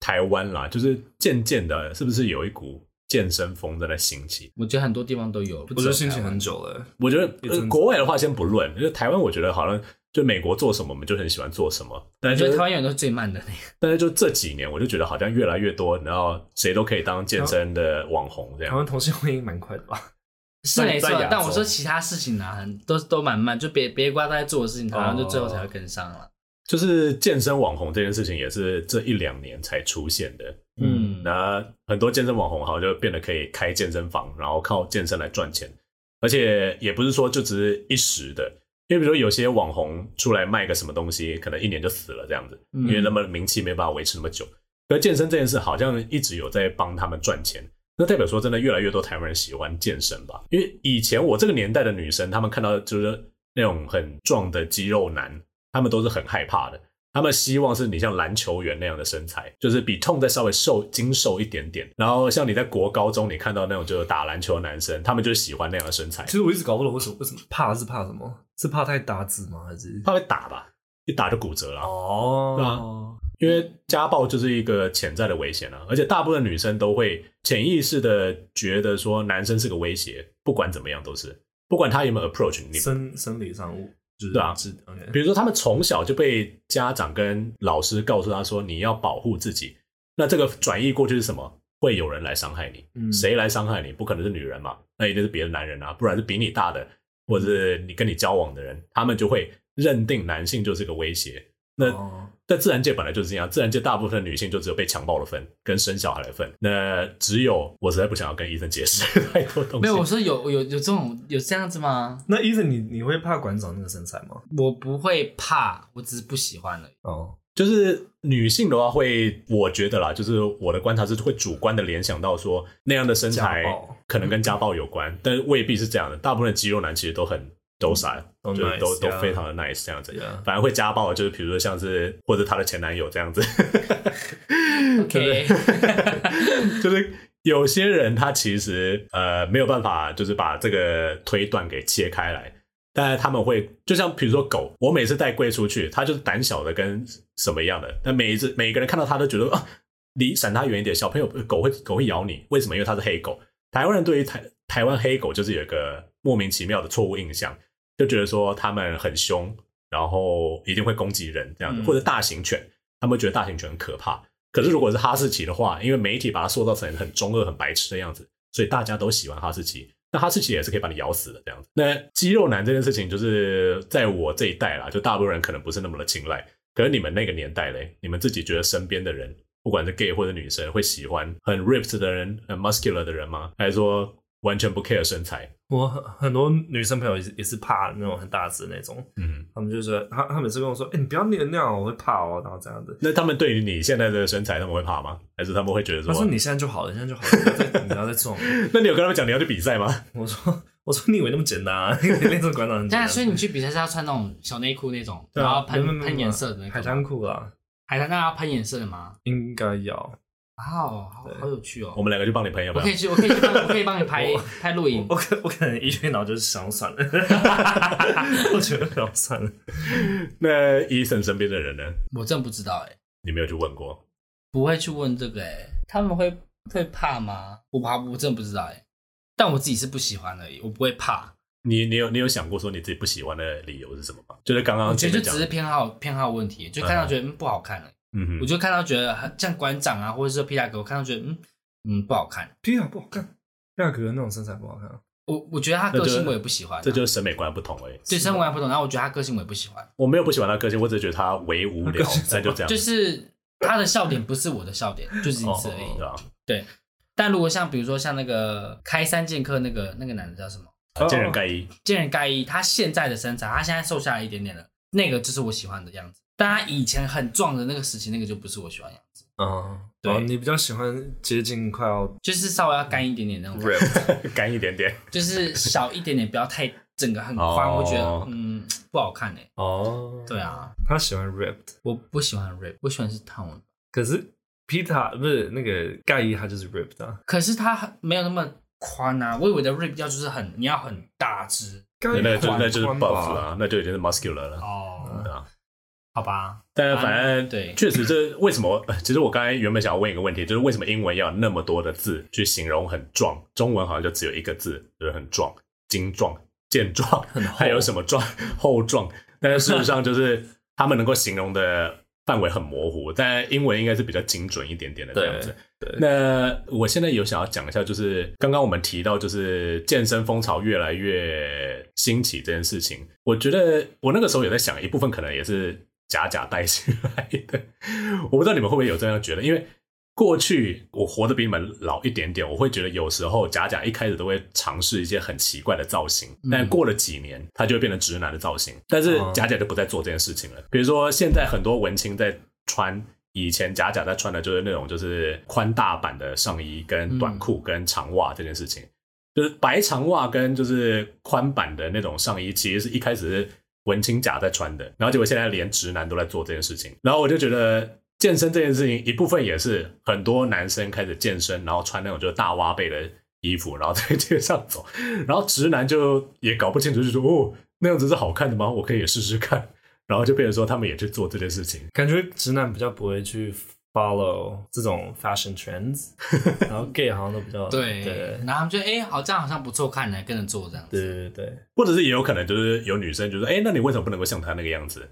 [SPEAKER 1] 台湾啦，就是渐渐的，是不是有一股健身风正在兴起？
[SPEAKER 2] 我觉得很多地方都有，我
[SPEAKER 3] 我觉得心情很久了。
[SPEAKER 1] 我觉得、
[SPEAKER 3] 也
[SPEAKER 1] 呃
[SPEAKER 3] 真的
[SPEAKER 1] 国外的话先不论，因为台湾我觉得好像就美国做什么，我们就很喜欢做什么。但
[SPEAKER 2] 我
[SPEAKER 1] 是就
[SPEAKER 2] 觉得
[SPEAKER 1] 是
[SPEAKER 2] 台湾永远都是最慢的那个。
[SPEAKER 1] 但是就这几年，我就觉得好像越来越多，然后谁都可以当健身的网红这
[SPEAKER 3] 台
[SPEAKER 1] 样。
[SPEAKER 3] 湾同性婚姻蛮快的吧？
[SPEAKER 2] 是没错
[SPEAKER 3] 在亚，洲
[SPEAKER 2] 但我说其他事情啊，很都都蛮慢，就别别瓜在做的事情，台湾就最后才会跟上了。
[SPEAKER 1] 就是健身网红这件事情，也是这一两年才出现的。
[SPEAKER 2] 嗯，
[SPEAKER 1] 那很多健身网红好像就变得可以开健身房，然后靠健身来赚钱，而且也不是说就只是一时的，因为比如说有些网红出来卖个什么东西，可能一年就死了这样子，
[SPEAKER 2] 嗯
[SPEAKER 1] 因为那么名气没办法维持那么久。而健身这件事好像一直有在帮他们赚钱，那代表说真的越来越多台湾人喜欢健身吧？因为以前我这个年代的女生，她们看到就是那种很壮的肌肉男，她们都是很害怕的。他们希望是你像篮球员那样的身材，就是比痛再稍微瘦精瘦一点点。然后像你在国高中，你看到那种就是打篮球的男生，他们就喜欢那样的身材
[SPEAKER 3] 其，实我一直搞不懂为什么为什么怕是怕什么？是怕太打字吗？还是
[SPEAKER 1] 怕被打吧，一打就骨折了。
[SPEAKER 3] 哦？
[SPEAKER 1] 因为家暴就是一个潜在的危险啊，而且大部分女生都会潜意识的觉得说男生是个威胁，不管怎么样都是，不管他有没有 approach 你，
[SPEAKER 3] 生生理上物就是
[SPEAKER 1] 对啊
[SPEAKER 3] 是 OK。
[SPEAKER 1] 比如说他们从小就被家长跟老师告诉他说你要保护自己，那这个转移过去是什么？会有人来伤害你，
[SPEAKER 3] 嗯
[SPEAKER 1] 谁来伤害你？不可能是女人嘛，那一定是别的男人啊，不然是比你大的或者是你跟你交往的人，他们就会认定男性就是个威胁。那
[SPEAKER 3] 哦
[SPEAKER 1] 在自然界本来就是这样，自然界大部分女性就只有被强暴的份跟生小孩的份，那只有我实在不想要跟医生解释 太多东西。
[SPEAKER 2] 没有，我说有有有这种有这样子吗？
[SPEAKER 3] 那医生，你你会怕馆长那个身材吗？
[SPEAKER 2] 我不会怕，我只是不喜欢而已。
[SPEAKER 3] 哦，
[SPEAKER 1] 就是女性的话会，我觉得啦，就是我的观察是会主观的联想到说那样的身材
[SPEAKER 3] 家暴
[SPEAKER 1] 可能跟家暴有关，但是未必是这样的。大部分的肌肉男其实都很都傻，
[SPEAKER 3] 嗯都
[SPEAKER 1] 就是
[SPEAKER 3] nice，
[SPEAKER 1] 都都
[SPEAKER 3] yeah
[SPEAKER 1] 非常的 nice 这样子
[SPEAKER 3] Yeah。
[SPEAKER 1] 反而会家暴的就是比如说像是或者她的前男友这样子，
[SPEAKER 2] OK，
[SPEAKER 1] 就是有些人他其实呃没有办法，就是把这个推断给切开来，但是他们会就像比如说狗，我每次带贵出去，它就是胆小的跟什么一样的，但每一次每个人看到它都觉得啊，离闪它远一点，小朋友呃狗会狗会咬你，为什么？因为它是黑狗。台湾人对于台台湾黑狗就是有一个莫名其妙的错误印象，就觉得说他们很凶，然后一定会攻击人这样子，
[SPEAKER 2] 嗯
[SPEAKER 1] 或者大型犬，他们会觉得大型犬很可怕。可是如果是哈士奇的话，因为媒体把它塑造成很中二、很白痴的样子，所以大家都喜欢哈士奇。那哈士奇也是可以把你咬死的这样子。那肌肉男这件事情，就是在我这一代啦，就大部分人可能不是那么的青睐。可是你们那个年代嘞，你们自己觉得身边的人，不管是 gay 或者女生，会喜欢很 ripped 的人、很 muscular 的人吗？还是说完全不 care 身材？
[SPEAKER 3] 我很很多女生朋友也是也是怕那种很大只的那种，
[SPEAKER 1] 嗯，
[SPEAKER 3] 他们就说他他每次跟我说，哎、你不要练那样，我会怕哦，然后这样子。
[SPEAKER 1] 那他们对于你现在的身材，他们会怕吗？还是他们会觉得
[SPEAKER 3] 他
[SPEAKER 1] 说，
[SPEAKER 3] 说你现在就好了，你现在就好了，不要再你不要再撞。
[SPEAKER 1] 那你有跟他们讲你要去比赛吗？
[SPEAKER 3] 我说我说你以为那么简单啊？ 那种馆长很简
[SPEAKER 2] 对啊，
[SPEAKER 3] 单。
[SPEAKER 2] 所以你去比赛是要穿那种小内裤那种，
[SPEAKER 3] 对
[SPEAKER 2] 然
[SPEAKER 3] 啊
[SPEAKER 2] 后喷
[SPEAKER 3] 没有没有没有
[SPEAKER 2] 喷颜色的那个
[SPEAKER 3] 海
[SPEAKER 2] 吗。
[SPEAKER 3] 滩裤啦，
[SPEAKER 2] 海滩那要喷颜色的吗？
[SPEAKER 3] 应该要。
[SPEAKER 2] 哇哦，好好有趣哦！
[SPEAKER 1] 我们两个去帮你朋友
[SPEAKER 2] 我
[SPEAKER 1] 吧
[SPEAKER 2] 可。以去，我可以去帮，我可以帮你拍拍录影
[SPEAKER 3] 我。可我可能一去脑就是想算了， 我觉得想算了。
[SPEAKER 1] 那 Eason 身边的人呢？
[SPEAKER 2] 我真不知道哎，
[SPEAKER 1] 你没有去问过？
[SPEAKER 2] 欸不会去问这个哎，他们会会怕吗？我怕，我真不知道哎。但我自己是不喜欢而已，我不会怕。
[SPEAKER 1] 你你有你有想过说你自己不喜欢的理由是什么吗？就是刚
[SPEAKER 2] 我
[SPEAKER 1] 刚前
[SPEAKER 2] 觉得
[SPEAKER 1] 面
[SPEAKER 2] 就
[SPEAKER 1] 讲
[SPEAKER 2] 只，是偏好偏好问题，就看到觉得、嗯、不好看了，
[SPEAKER 1] 嗯哼
[SPEAKER 2] 我就看到觉得像馆长啊，或者是皮大哥，我看到觉得嗯嗯不好看。
[SPEAKER 3] 皮亚不好看，皮亚哥那种身材不好看。啊
[SPEAKER 2] 我我觉得他
[SPEAKER 1] 那
[SPEAKER 2] 个
[SPEAKER 1] 就
[SPEAKER 2] 性我也不喜欢啊、
[SPEAKER 1] 这就是审美观不同而已。
[SPEAKER 2] 对生活还不懂，然后我觉得他个性我也不喜欢，
[SPEAKER 1] 我没有不喜欢他的个性，我只是觉得他为无聊，那就这样，
[SPEAKER 2] 就是他的笑点不是我的笑点，就仅
[SPEAKER 1] 哦
[SPEAKER 2] 此而已。
[SPEAKER 1] 对吧？
[SPEAKER 2] 但如果像比如说像那个开山剑客那个那个男的叫什么？
[SPEAKER 1] 啊见人盖伊，
[SPEAKER 2] 见人盖伊，他现在的身材，他现在瘦下来一点点了，那个就是我喜欢的样子。但他以前很壮的那个时期，那个就不是我喜欢的样子，
[SPEAKER 3] 嗯，
[SPEAKER 2] 对
[SPEAKER 3] 哦，你比较喜欢接近快要
[SPEAKER 2] 就是稍微要干一点点那种感觉，
[SPEAKER 3] 哦
[SPEAKER 1] 干一点点。
[SPEAKER 2] 就是小一点点，不要太整个很宽，
[SPEAKER 1] 哦
[SPEAKER 2] 我觉得嗯不好看哎、
[SPEAKER 3] 哦，
[SPEAKER 2] 对啊，
[SPEAKER 3] 他喜欢 ripped，
[SPEAKER 2] 我不喜欢 rap，我喜欢是 town，
[SPEAKER 3] 可是皮塔不是那个盖伊，他就是 ripped 啊。
[SPEAKER 2] 可是他没有那么宽啊，我以为的 rap 要就是很你要很大只
[SPEAKER 3] 盖伊
[SPEAKER 1] 那就
[SPEAKER 3] 宽
[SPEAKER 1] 那就是
[SPEAKER 3] 宽
[SPEAKER 1] buff
[SPEAKER 3] 吧，
[SPEAKER 1] 了，那就已经是 muscular 了。
[SPEAKER 2] 哦，
[SPEAKER 1] 对啊，
[SPEAKER 2] 好吧，
[SPEAKER 1] 但反正
[SPEAKER 2] 啊对
[SPEAKER 1] 确实这为什么？ 呃其实我刚才原本想要问一个问题，就是为什么英文要有那么多的字去形容很壮，中文好像就只有一个字，就是很壮、精壮、健壮， 还有什么壮、厚壮？但是事实上就是他们能够形容的范围很模糊，但英文应该是比较精准一点点的这样子。那我现在有想要讲一下，就是刚刚我们提到，就是健身风潮越来越兴起这件事情，我觉得我那个时候有在想，一部分可能也是假假带起来的，我不知道你们会不会有这样觉得，因为。过去我活得比你们老一点点，我会觉得有时候假假一开始都会尝试一些很奇怪的造型，但过了几年，它就会变成直男的造型。但是
[SPEAKER 3] 哦
[SPEAKER 1] 假假就不再做这件事情了。比如说，现在很多文青在穿以前假假在穿的就是那种就是宽大版的上衣、跟短裤、跟长袜这件事情。就是白长袜跟就是宽版的那种上衣，其实是一开始是文青甲在穿的，然后结果现在连直男都在做这件事情，然后我就觉得。健身这件事情，一部分也是很多男生开始健身，然后穿那种就是大挖背的衣服，然后在街上走，然后直男就也搞不清楚，就说哦，那样子是好看的吗？我可以也试试看，然后就变成说他们也去做这件事情，
[SPEAKER 3] 感觉直男比较不会去 follow 这种 fashion trends，然后 gay 好像都比较
[SPEAKER 2] 对，
[SPEAKER 3] 对
[SPEAKER 2] 然后他们就哎、好这样好像不错看呢，跟着做这样子，
[SPEAKER 3] 对对对，
[SPEAKER 1] 或者是也有可能就是有女生就说，哎，那你为什么不能够像他那个样子？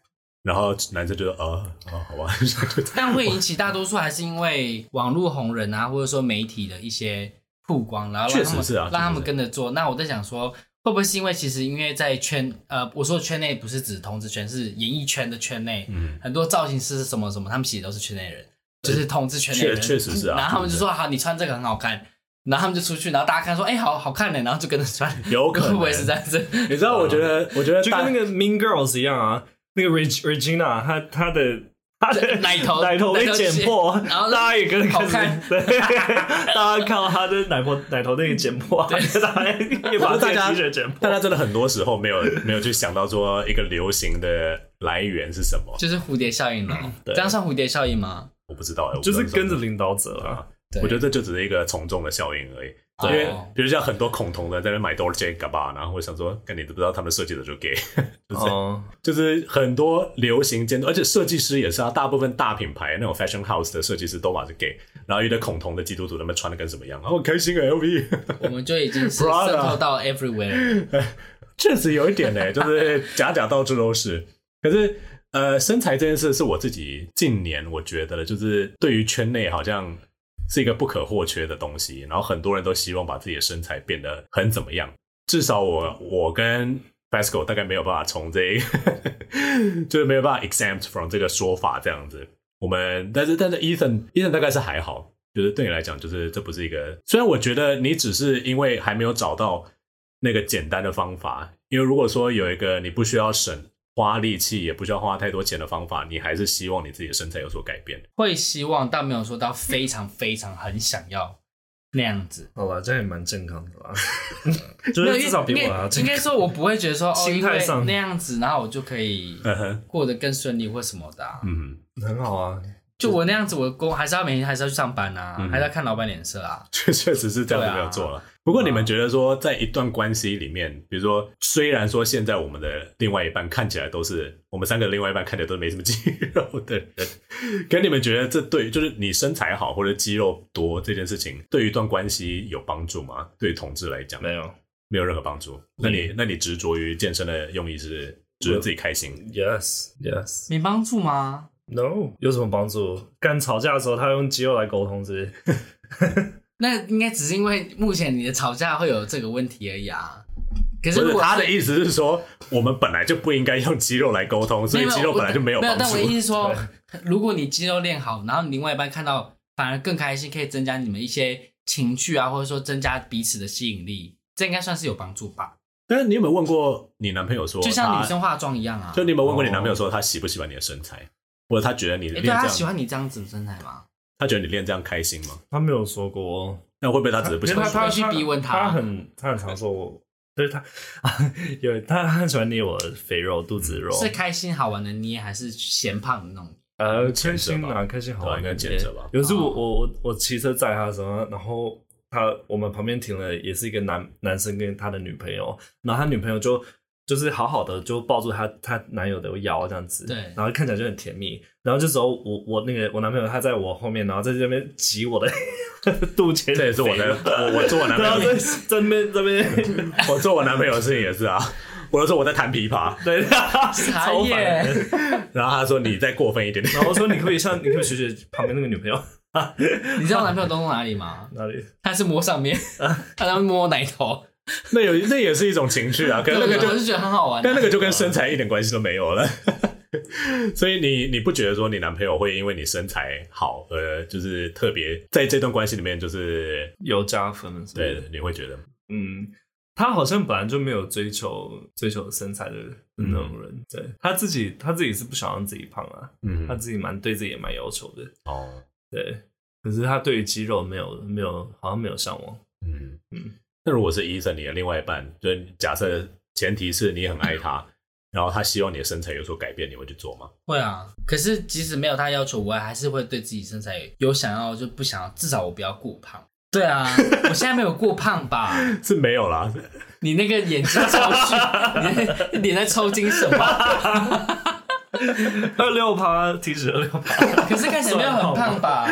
[SPEAKER 1] 然后男生就说，哦哦，好吧， 就
[SPEAKER 2] 但会引起大多数还是因为网络红人啊，或者说媒体的一些曝光，然后让他
[SPEAKER 1] 确
[SPEAKER 2] 们
[SPEAKER 1] 实是啊
[SPEAKER 2] 让他
[SPEAKER 1] 确
[SPEAKER 2] 们
[SPEAKER 1] 实是
[SPEAKER 2] 跟着做。那我在想说，会不会是因为其实因为在圈呃，我说的圈内不是指同志圈，是演艺圈的圈内，
[SPEAKER 1] 嗯
[SPEAKER 2] 很多造型师是什么什么，他们其实都是圈内人，就是同志圈内
[SPEAKER 1] 确
[SPEAKER 2] 人，
[SPEAKER 1] 确实是啊
[SPEAKER 2] 然后他们就
[SPEAKER 1] 确实
[SPEAKER 2] 说好，你穿这个很好看。然后他们就出去，然后大家看说，哎、好好看呢，然后就跟着穿，
[SPEAKER 1] 有可能
[SPEAKER 2] 会不会是这 样子？
[SPEAKER 1] 你知道，我觉得，我觉得
[SPEAKER 3] 嗯就
[SPEAKER 1] 大
[SPEAKER 3] 跟那个 Mean Girls 一样啊，那个 Reg Regina 她她的她的
[SPEAKER 2] 奶头
[SPEAKER 3] 奶头被剪破，
[SPEAKER 2] 然后
[SPEAKER 3] 大家也跟着开
[SPEAKER 2] 好看
[SPEAKER 3] 始，对， 大家看到她的奶头奶头那个剪破啊， 大家也把
[SPEAKER 1] 我觉得
[SPEAKER 3] 自
[SPEAKER 1] 大
[SPEAKER 3] 己
[SPEAKER 1] 家
[SPEAKER 3] 的 T 恤剪破
[SPEAKER 1] 大。家真的很多时候没有没有去想到说一个流行的来源是什么，
[SPEAKER 2] 就是蝴蝶效应了，这样算蝴蝶效应吗？
[SPEAKER 1] 我不知道哎、我不
[SPEAKER 3] 就
[SPEAKER 1] 知道
[SPEAKER 3] 是
[SPEAKER 1] 怎么
[SPEAKER 3] 跟着领导者啊，
[SPEAKER 2] 对
[SPEAKER 1] 我觉得这就只是一个从众的效应而已。
[SPEAKER 2] 对
[SPEAKER 1] 因为
[SPEAKER 2] 哦
[SPEAKER 1] 比如像很多恐同的在那买 Dolce Gabbana，我想说，看你都不知道他们的设计者就 gay，
[SPEAKER 3] 哦，
[SPEAKER 1] 就是很多流行监督，而且设计师也是啊，大部分大品牌那种 fashion house 的设计师都嘛是 gay，然后一堆恐同的基督徒他们穿的跟什么样，啊我开心啊 LV，
[SPEAKER 2] 我们就已经是
[SPEAKER 1] Prada
[SPEAKER 2] 渗透到 everywhere 了。
[SPEAKER 1] 确实有一点呢、就是呃假假到处都是。可是呃，身材这件事是我自己近年我觉得的，就是对于圈内好像是一个不可或缺的东西，然后很多人都希望把自己的身材变得很怎么样。至少我我跟 Basco 大概没有办法从这个， 就是没有办法 exempt from 这个说法这样子。我们但是但是 Ethan Ethan 大概是还好，就是对你来讲，就是这不是一个。虽然我觉得你只是因为还没有找到那个简单的方法，因为如果说有一个你不需要省花力气，也不需要花太多钱的方法，你还是希望你自己的身材有所改变。
[SPEAKER 2] 会希望，但没有说到非常非常很想要那样子。
[SPEAKER 3] 好了，这样也蛮健康 的啦，就
[SPEAKER 2] 没有因
[SPEAKER 3] 是
[SPEAKER 2] 为
[SPEAKER 3] 至少比我还要
[SPEAKER 2] 应该
[SPEAKER 3] 健
[SPEAKER 2] 应
[SPEAKER 3] 康
[SPEAKER 2] 该。说，我不会觉得说哦，
[SPEAKER 3] 心
[SPEAKER 2] 因
[SPEAKER 3] 态
[SPEAKER 2] 为
[SPEAKER 3] 上
[SPEAKER 2] 那样子，然后我就可以
[SPEAKER 1] 嗯哼，
[SPEAKER 2] 过得更顺利或什么的啊、
[SPEAKER 1] 嗯哼，
[SPEAKER 3] 很好啊，
[SPEAKER 2] 就我那样子，我工还是要每天还是要去上班啊，
[SPEAKER 1] 嗯
[SPEAKER 2] 还是要看老板脸色啊。
[SPEAKER 1] 确确实是这样
[SPEAKER 2] 对
[SPEAKER 1] 子
[SPEAKER 2] 啊
[SPEAKER 1] 没有做了。不过你们觉得说，在一段关系里面，比如说，虽然说现在我们的另外一半看起来都是我们三个另外一半看起来都没什么肌肉的人， 可你们觉得这对就是你身材好或者肌肉多这件事情，对于一段关系有帮助吗？对于同志来讲，
[SPEAKER 3] 没有
[SPEAKER 1] 没有任何帮助。那你那你执着于健身的用意是，只是自己开心。
[SPEAKER 3] ，yes yes
[SPEAKER 2] 没帮助吗？
[SPEAKER 3] no，有什么帮助？干吵架的时候，他用肌肉来沟通之类，
[SPEAKER 2] 那应该只是因为目前你的吵架会有这个问题而已啊。可是
[SPEAKER 1] 不
[SPEAKER 2] 如
[SPEAKER 1] 是
[SPEAKER 2] 果
[SPEAKER 1] 他的意思是说，我们本来就不应该用肌肉来沟通，所以肌肉本来就没有
[SPEAKER 2] 有我没
[SPEAKER 1] 帮
[SPEAKER 2] 但我
[SPEAKER 1] 助
[SPEAKER 2] 的。意思是 说，如果你肌肉练好，然后你另外一半看到反而更开心，可以增加你们一些情趣啊，或者说增加彼此的吸引力，这应该算是有帮助吧？
[SPEAKER 1] 但是你有没有问过你男朋友说，
[SPEAKER 2] 就像
[SPEAKER 1] 他
[SPEAKER 2] 女生化妆一样
[SPEAKER 1] 啊
[SPEAKER 2] 啊。
[SPEAKER 1] 就你有没有问过你
[SPEAKER 3] 哦
[SPEAKER 1] 男朋友说他喜不喜欢你的身材，或者他觉得你
[SPEAKER 2] 诶
[SPEAKER 1] 练这
[SPEAKER 2] 对啊，他
[SPEAKER 1] 样，
[SPEAKER 2] 喜欢你这样子的身材吗？
[SPEAKER 1] 他觉得你练这样开心吗？
[SPEAKER 3] 他没有说过。
[SPEAKER 1] 那会不会他只是不喜
[SPEAKER 3] 因为
[SPEAKER 1] 欢
[SPEAKER 3] 他
[SPEAKER 1] 你？
[SPEAKER 3] 他
[SPEAKER 2] 我去逼问他
[SPEAKER 3] 他，很他很常说 我，就是他有他他很喜欢捏我的肥肉、肚子
[SPEAKER 1] 啊
[SPEAKER 3] 肉，
[SPEAKER 2] 是开心好玩的捏，还是嫌胖的 那种？
[SPEAKER 3] 呃，
[SPEAKER 1] 前
[SPEAKER 3] 开
[SPEAKER 1] 者吧
[SPEAKER 3] 心啊，开心好
[SPEAKER 1] 对啊
[SPEAKER 3] 玩，
[SPEAKER 1] 应该前者吧啊
[SPEAKER 3] 有一次我我我我骑车载他的时候，然后他我们旁边停了也是一个男男生跟他的女朋友，然后他女朋友就就是好好的就抱住他他男友的腰这样子，
[SPEAKER 2] 对
[SPEAKER 3] 然后看起来就很甜蜜，然后这时候我我那个我男朋友他在我后面，然后在这边挤我的 肚脐，
[SPEAKER 1] 这也是我 的，
[SPEAKER 2] 啊
[SPEAKER 1] 我我做我男
[SPEAKER 3] 然后
[SPEAKER 1] 朋友
[SPEAKER 3] 在，在那边在那边，
[SPEAKER 1] 我做我男朋友的事情也是啊。 我就说我在弹琵琶，
[SPEAKER 3] 对，
[SPEAKER 2] 傻
[SPEAKER 3] 超烦
[SPEAKER 2] 眼
[SPEAKER 3] 的。
[SPEAKER 1] 然后他说你再过分一点 点。
[SPEAKER 3] 然后我说你可以像你可以学学旁边那个女朋友
[SPEAKER 2] 你知道我男朋友都弄哪 里吗？
[SPEAKER 3] 哪里，
[SPEAKER 2] 他是摸上面，他在摸奶头。
[SPEAKER 1] 那有那也是一种情 趣啊，可是那个就
[SPEAKER 2] 我是觉得很好玩啊。
[SPEAKER 1] 但那个就跟身材一点关系都没有了。 所以你你不觉得说你男朋友会因为你身材好，呃，就是特别在这段关系里面，就是
[SPEAKER 3] 有加分，是不是
[SPEAKER 1] 对，你会觉得吗
[SPEAKER 3] 嗯，他好像本来就没有追求追求身材的那种人，对他自己他自己是不想让自己胖啊，
[SPEAKER 1] 嗯
[SPEAKER 3] 他自己蛮对自己也蛮要求的，
[SPEAKER 1] 哦，
[SPEAKER 3] 对。可是他对于肌肉没有没有好像没有向往，
[SPEAKER 1] 嗯
[SPEAKER 3] 嗯，
[SPEAKER 1] 那如果是医生，你的另外一半，就是假设前提是你很爱他，然后他希望你的身材有所改变，你会去做吗？
[SPEAKER 2] 会啊，可是即使没有他要求，我还是会对自己身材有想要，就不想要，至少我不要过胖。对啊，我现在没有过胖吧？
[SPEAKER 1] 是没有啦，
[SPEAKER 2] 你那个眼睛超虚，你那脸在抽筋什么？
[SPEAKER 3] 二六趴体脂二六趴，
[SPEAKER 2] 可是看起来没有很胖吧？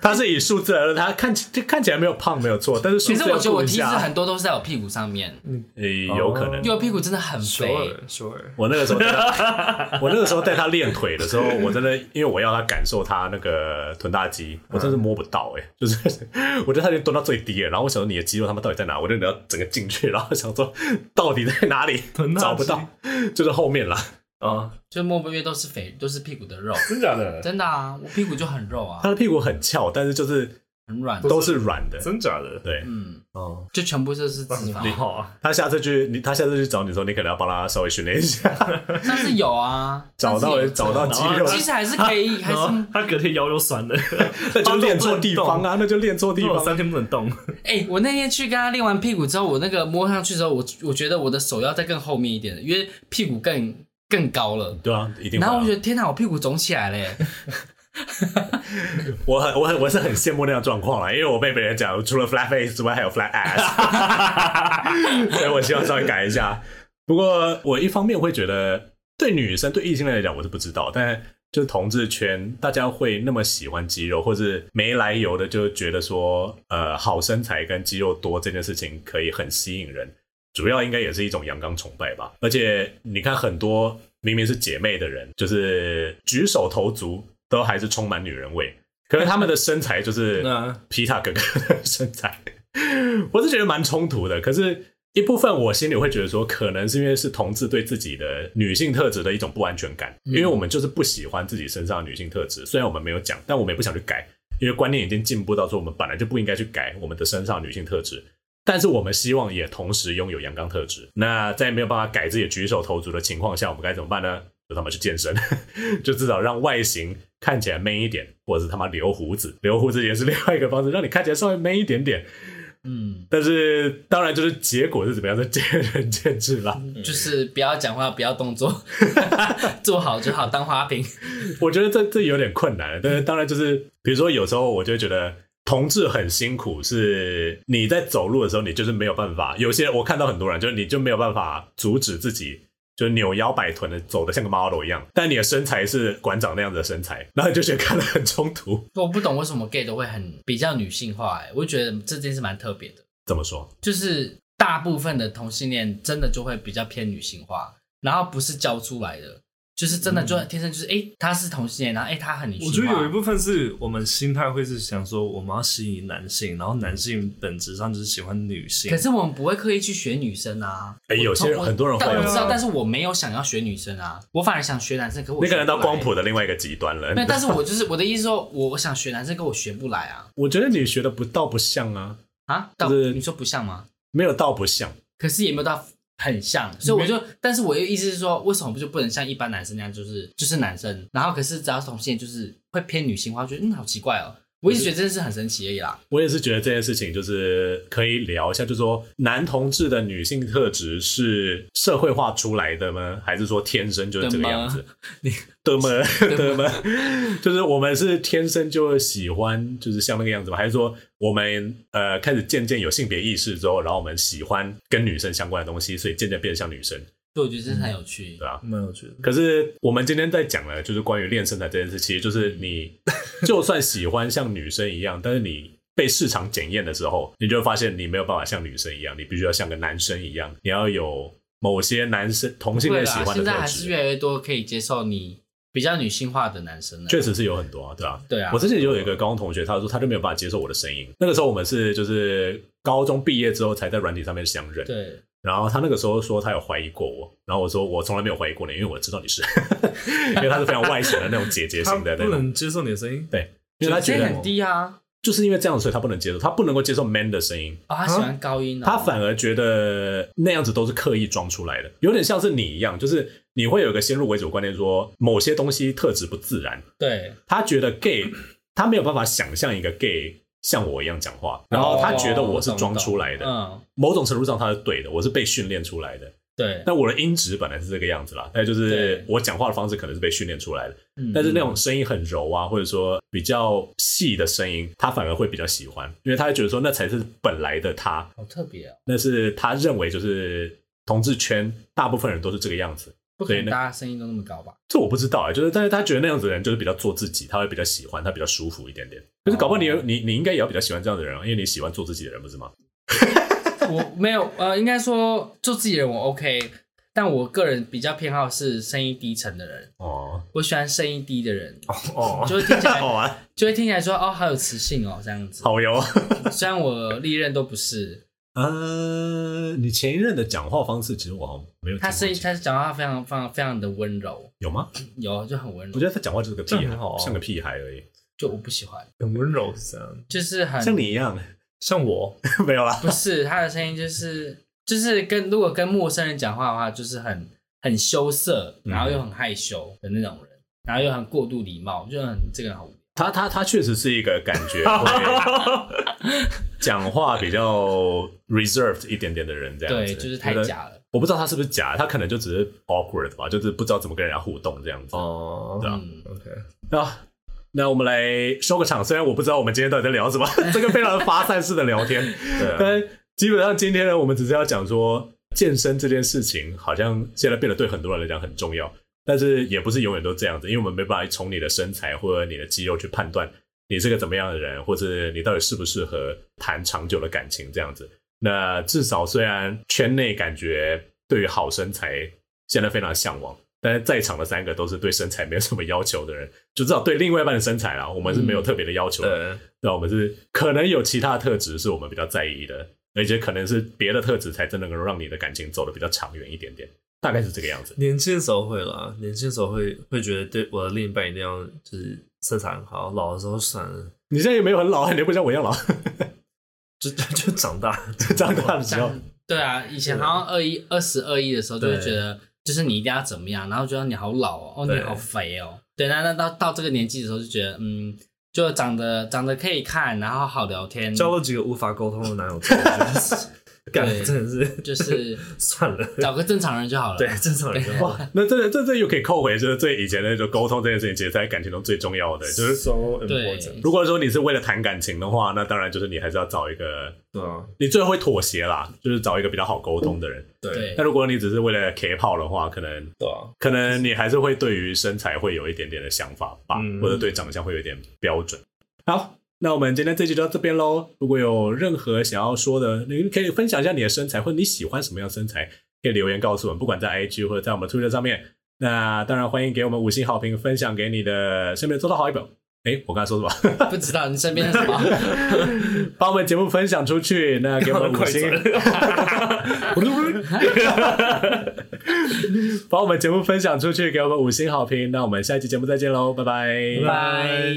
[SPEAKER 1] 他是以数字来论，他看起就看起来没有胖没有错，但是数
[SPEAKER 2] 可
[SPEAKER 1] 字
[SPEAKER 2] 是我
[SPEAKER 1] 要
[SPEAKER 2] 觉得
[SPEAKER 1] 顾
[SPEAKER 2] 我
[SPEAKER 1] 一
[SPEAKER 2] 体脂
[SPEAKER 1] 下，
[SPEAKER 2] 很多都是在我屁股上面，
[SPEAKER 1] 呃有可能。
[SPEAKER 2] 因为我屁股真的很
[SPEAKER 3] s
[SPEAKER 2] 哦肥
[SPEAKER 3] u。r e sure，
[SPEAKER 1] 我那个时候带他， 我那个时候带他练腿的时候，我真的因为我要他感受他那个臀大肌，我真是摸不到哎、欸就是 我觉得他已经蹲到最低了，然后我想说你的肌肉他们到底在哪？我就要整个进去，然后想说到底在哪里
[SPEAKER 3] 臀，大肌
[SPEAKER 1] 找不到，就是后面啦。
[SPEAKER 3] 啊，
[SPEAKER 2] 就摸不越都是肥，都是屁股的肉，
[SPEAKER 3] 真假的？
[SPEAKER 2] 真的啊，我屁股就很肉啊
[SPEAKER 1] 他，的屁股很翘，但是就是
[SPEAKER 2] 很软，
[SPEAKER 1] 都是软的。
[SPEAKER 3] 真假的？
[SPEAKER 1] 对
[SPEAKER 2] 嗯，
[SPEAKER 3] 哦，
[SPEAKER 2] 就全部都是脂
[SPEAKER 3] 很
[SPEAKER 2] 肪。
[SPEAKER 3] 好啊，
[SPEAKER 1] 他下次去你，他下次去找你的时候，你可能要帮他稍微训练一 下，
[SPEAKER 2] 上次有啊，
[SPEAKER 1] 找
[SPEAKER 2] 上次
[SPEAKER 1] 到
[SPEAKER 2] 有
[SPEAKER 1] 找到肌肉，
[SPEAKER 2] 其实还是 可以，还
[SPEAKER 3] 然
[SPEAKER 2] 是
[SPEAKER 3] 后哦他隔天腰就酸了，
[SPEAKER 1] 那就练错地方啊，那就练错地
[SPEAKER 3] 因为
[SPEAKER 1] 方
[SPEAKER 3] 我
[SPEAKER 1] 啊。
[SPEAKER 3] 三天不能 动，
[SPEAKER 2] 哎、我那天去跟他练完屁股之后，我那个摸上去之后，我我觉得我的手要再更后面一点，因为屁股更更高了。
[SPEAKER 1] 对啊，一定会
[SPEAKER 2] 然
[SPEAKER 1] 啊。
[SPEAKER 2] 后我觉得天哪，我屁股肿起来了 耶，
[SPEAKER 1] 我很我很我是很羡慕那样的状况啦，因为我被别人讲除了 flat face 之外还有 flat ass，所以 我希望稍微改一下。不过我一方面会觉得，对女生对异性恋来讲我是不知道，但就是同志圈大家会那么喜欢肌肉，或是没来由的就觉得说，呃，好身材跟肌肉多这件事情可以很吸引人，主要应该也是一种阳刚崇拜吧。而且你看，很多明明是姐妹的人，就是举手投足都还是充满女人味，可是他们的身材就是
[SPEAKER 3] 嗯
[SPEAKER 1] 皮塔哥哥的身材， 我是觉得蛮冲突的。可是，一部分我心里会觉得说，可能是因为是同志对自己的女性特质的一种不安全感，因为我们就是不喜欢自己身上的女性特质，虽然我们没有讲，但我们也不想去改，因为观念已经进步到说我们本来就不应该去改我们的身上的女性特质。但是我们希望也同时拥有阳刚特质。那在没有办法改自己的举手投足的情况下，我们该怎么办呢？就他妈去健身， 就至少让外形看起来 man 一点，或者是他妈留胡子。留胡子也是另外一个方式，让你看起来稍微 man 一点点。
[SPEAKER 2] 嗯，
[SPEAKER 1] 但是当然就是结果是怎么样，这见仁见智啦。
[SPEAKER 2] 就是不要讲话，不要动作， 做好就好，当花瓶。
[SPEAKER 1] 我觉得这这有点困难，但是当然就是，比如说有时候我就会觉得同志很辛苦，是你在走路的时候，你就是没有办法。有些我看到很多人，就是你就没有办法阻止自己。就是扭腰摆臀的，走的像个 model 一样，但你的身材是馆长那样子的身材，然后你就觉得看得很冲突。
[SPEAKER 2] 我不懂为什么 gay 都会很比较女性化、欸，我就觉得这件事蛮特别的。
[SPEAKER 1] 怎么说？
[SPEAKER 2] 就是大部分的同性恋真的就会比较偏女性化，然后不是教出来的，就是真的就天生就是哎、诶他是同性恋，然后哎、诶他很女性
[SPEAKER 3] 嗯我
[SPEAKER 2] 化。
[SPEAKER 3] 觉得有一部分是我们心态会是想说我们要吸引男性，然后男性本质上就是喜欢女性。
[SPEAKER 2] 可是我们不会刻意去学女生啊。
[SPEAKER 1] 哎、有些人
[SPEAKER 2] 我
[SPEAKER 1] 很多人会
[SPEAKER 2] 但我
[SPEAKER 1] 有
[SPEAKER 2] 知道，但是我没有想要学女生啊，我反而想学男生。可我
[SPEAKER 1] 你可能到
[SPEAKER 2] 学不来
[SPEAKER 1] 光。谱的另外一个极端 了。
[SPEAKER 2] 没有，但是我就是我的意思说，我我想学男生，可我学不来啊
[SPEAKER 1] 我觉得你学的不到不像啊，
[SPEAKER 2] 啊！到
[SPEAKER 1] 就是
[SPEAKER 2] 你说不像吗？
[SPEAKER 1] 没有到不像。
[SPEAKER 2] 可是也没有到很像，所以我就，但是我的意思是说，为什么就不能像一般男生那样，就是就是男生，然后可是只要是同性恋就是会偏女性化，我觉得嗯好奇怪哦。我一直觉得这件事很神奇而已啦。
[SPEAKER 1] 我也是觉得这件事情就是可以聊一下，就是说男同志的女性特质是社会化出来的吗？还是说天生就是这个样子？的吗？的吗？就是我们是天生就喜欢就是像那个样子吗？还是说我们呃开始渐渐有性别意识之后，然后我们喜欢跟女生相关的东西，所以渐渐变得像女生？
[SPEAKER 2] 对，我觉得这是很有趣。
[SPEAKER 1] 对啊
[SPEAKER 3] 蛮有趣的。
[SPEAKER 1] 可是我们今天在讲的，就是关于练身材这件事，其实就是 你就算喜欢像女生一样，但是你被市场检验的时候，你就会发现你没有办法像女生一样，你必须要像个男生一样，你要有某些男生同性
[SPEAKER 2] 对
[SPEAKER 1] 恋喜
[SPEAKER 2] 啦，
[SPEAKER 1] 欢的
[SPEAKER 2] 现在
[SPEAKER 1] 特
[SPEAKER 2] 还是
[SPEAKER 1] 质。
[SPEAKER 2] 越来越多可以接受你比较女性化的男生了。
[SPEAKER 1] 确实是有很多啊，对吧、啊？
[SPEAKER 2] 对啊
[SPEAKER 1] 我之前就有一个高中同学，他说他就没有办法接受我的声音。那个时候我们是就是高中毕业之后才在软体上面相认，
[SPEAKER 2] 对，
[SPEAKER 1] 然后他那个时候说他有怀疑过我，然后我说我从来没有怀疑过你，因为我知道你是， 因为他是非常外显的那种姐姐
[SPEAKER 3] 他
[SPEAKER 1] 型的那
[SPEAKER 3] 不
[SPEAKER 1] 种。
[SPEAKER 3] 能接受你的声音，
[SPEAKER 1] 对，因为他觉
[SPEAKER 2] 这
[SPEAKER 1] 得
[SPEAKER 2] 很低啊。
[SPEAKER 1] 就是因为这样，所以他不能接受，他不能够接受 man 的声音，
[SPEAKER 2] 哦，他喜欢高音哦。
[SPEAKER 1] 啊他反而觉得那样子都是刻意装出来的，有点像是你一样，就是你会有一个先入为主观念说某些东西特质不自然，
[SPEAKER 2] 对，
[SPEAKER 1] 他觉得 gay，他没有办法想象一个 gay 像我一样讲话，然后他觉得我是装出来的，
[SPEAKER 2] 嗯，
[SPEAKER 1] 某种程度上他是对的，我是被训练出来的，
[SPEAKER 2] 对，
[SPEAKER 1] 但我的音质本来是这个样子啦，但就是
[SPEAKER 2] 对
[SPEAKER 1] 我讲话的方式可能是被训练出来的，
[SPEAKER 2] 嗯
[SPEAKER 1] 但是那种声音很柔啊，或者说比较细的声音，他反而会比较喜欢，因为他会觉得说那才是本来的他，
[SPEAKER 2] 好特别哦，
[SPEAKER 1] 那是他认为就是同志圈大部分人都是这个样子。
[SPEAKER 2] 不可
[SPEAKER 1] 对
[SPEAKER 2] 能
[SPEAKER 1] 那
[SPEAKER 2] 大家声音都那么高吧？
[SPEAKER 1] 这我不知道啊、就是但是他觉得那样子的人就是比较做自己，他会比较喜欢，他比较舒服一点点。可是搞不好你
[SPEAKER 2] 哦
[SPEAKER 1] 有你你应该也要比较喜欢这样的人啊，因为你喜欢做自己的人不是吗？
[SPEAKER 2] 我没有，呃，应该说做自己人我 OK，但我个人比较偏好是声音低沉的人，
[SPEAKER 1] 哦
[SPEAKER 2] 我喜欢声音低的人，
[SPEAKER 3] 哦，
[SPEAKER 2] 就会听起
[SPEAKER 1] 好
[SPEAKER 2] 来
[SPEAKER 1] 玩，
[SPEAKER 2] 就会听起来说哦，好有磁性哦这样子。
[SPEAKER 1] 好哟。
[SPEAKER 2] 虽然我历任都不是，
[SPEAKER 1] 呃，你前一任的讲话方式其实我好像没有听过，
[SPEAKER 2] 他声音他讲话非常非常非常的温柔，
[SPEAKER 1] 有吗？
[SPEAKER 2] 有就很温
[SPEAKER 1] 我
[SPEAKER 2] 柔
[SPEAKER 1] 觉，得他讲话就是个屁
[SPEAKER 3] 这样
[SPEAKER 1] 孩
[SPEAKER 3] 很好，啊
[SPEAKER 1] 像个屁孩而已，
[SPEAKER 2] 就我不喜欢，
[SPEAKER 3] 很温柔是这样。
[SPEAKER 2] 就是很
[SPEAKER 1] 像你一样，
[SPEAKER 3] 像我，
[SPEAKER 1] 没有啦。
[SPEAKER 2] 不是他的声音就是就是跟如果跟陌生人讲话的话，就是很很羞涩，然后又很害羞的那种人，然后又很过度礼貌，就很这个人好无聊。
[SPEAKER 1] 他他他确实是一个感觉会 讲话比较 reserved 一点点的人，这样子
[SPEAKER 2] 对，就是太。
[SPEAKER 1] 觉得
[SPEAKER 2] 假了。
[SPEAKER 1] 我不知道他是不是假，他可能就只是 awkward 吧，就是不知道怎么跟人家互动这样子。
[SPEAKER 3] 哦
[SPEAKER 1] 对啊
[SPEAKER 2] 嗯，
[SPEAKER 3] ，OK，
[SPEAKER 1] 啊，那我们来收个场，虽然我不知道我们今天到底在聊什么， 这个非常发散式的聊天，
[SPEAKER 3] 对啊
[SPEAKER 1] 但基本上今天呢，我们只是要讲说健身这件事情，好像现在变得对很多人来讲很重要，但是也不是永远都这样子，因为我们没办法从你的身材或者你的肌肉去判断你是个怎么样的人，或者你到底适不适合谈长久的感情这样子。那至少虽然圈内感觉对于好身材现在非常向往，但是在场的三个都是对身材没有什么要求的人，就至少对另外一半的身材啦，我们是没有特别的要求的。
[SPEAKER 3] 对，
[SPEAKER 1] 对，啊我们是可能有其他特质是我们比较在意的，而且可能是别的特质才真的能够让你的感情走得比较长远一点点，大概是这个样子。
[SPEAKER 3] 年轻的时候会啦，年轻的时候会会觉得对我的另一半一定要就是身材很好，老的时候算了，
[SPEAKER 1] 你现在也没有很老啊，你又不像我一样老，
[SPEAKER 3] 就 就就长大，
[SPEAKER 1] 长大的时候
[SPEAKER 2] 像对啊，以前好像二一二十二一的时候，就会觉得就是你一定要怎么样，然后觉得你好老哦，哦
[SPEAKER 3] 对
[SPEAKER 2] 你好肥哦，对，那那到到这个年纪的时候就觉得，嗯，就长得长得可以看，然后好聊天，
[SPEAKER 3] 交了几个无法沟通的男友 之后，真的是干
[SPEAKER 2] 对
[SPEAKER 3] 真的是
[SPEAKER 2] 就是
[SPEAKER 3] 算了，
[SPEAKER 2] 找个正常人就好了。
[SPEAKER 3] 对，正常人就好。
[SPEAKER 1] 那这这这又可以扣回，就是最以前的就沟通这件事情，其实在感情中最重要的，就是
[SPEAKER 3] so
[SPEAKER 2] 对
[SPEAKER 3] important，
[SPEAKER 1] 如果说你是为了谈感情的话，那当然就是你还是要找一个
[SPEAKER 3] 对啊，
[SPEAKER 1] 你最会妥协啦，就是找一个比较好沟通的人。
[SPEAKER 3] 对
[SPEAKER 2] 对
[SPEAKER 1] 那如果你只是为了 K 炮的话，可能
[SPEAKER 3] 对啊，
[SPEAKER 1] 可能你还是会对于身材会有一点点的想法吧，
[SPEAKER 3] 嗯
[SPEAKER 1] 或者对长相会有一点标准。好，那我们今天这集就到这边喽。如果有任何想要说的，你可以分享一下你的身材，或者你喜欢什么样的身材，可以留言告诉我们，不管在 IG 或者在我们 Twitter 上面。那当然欢迎给我们五星好评，分享给你的身边的周到好友。哎，我刚才说什么？
[SPEAKER 2] 不知道你身边是什么？
[SPEAKER 1] 把我们节目分享出去，那给我们五
[SPEAKER 3] 快
[SPEAKER 1] 星
[SPEAKER 3] 转，
[SPEAKER 1] 把我们节目分享出去，给我们五星好评。那我们下一期节目再见喽，拜拜
[SPEAKER 3] 拜
[SPEAKER 2] 拜。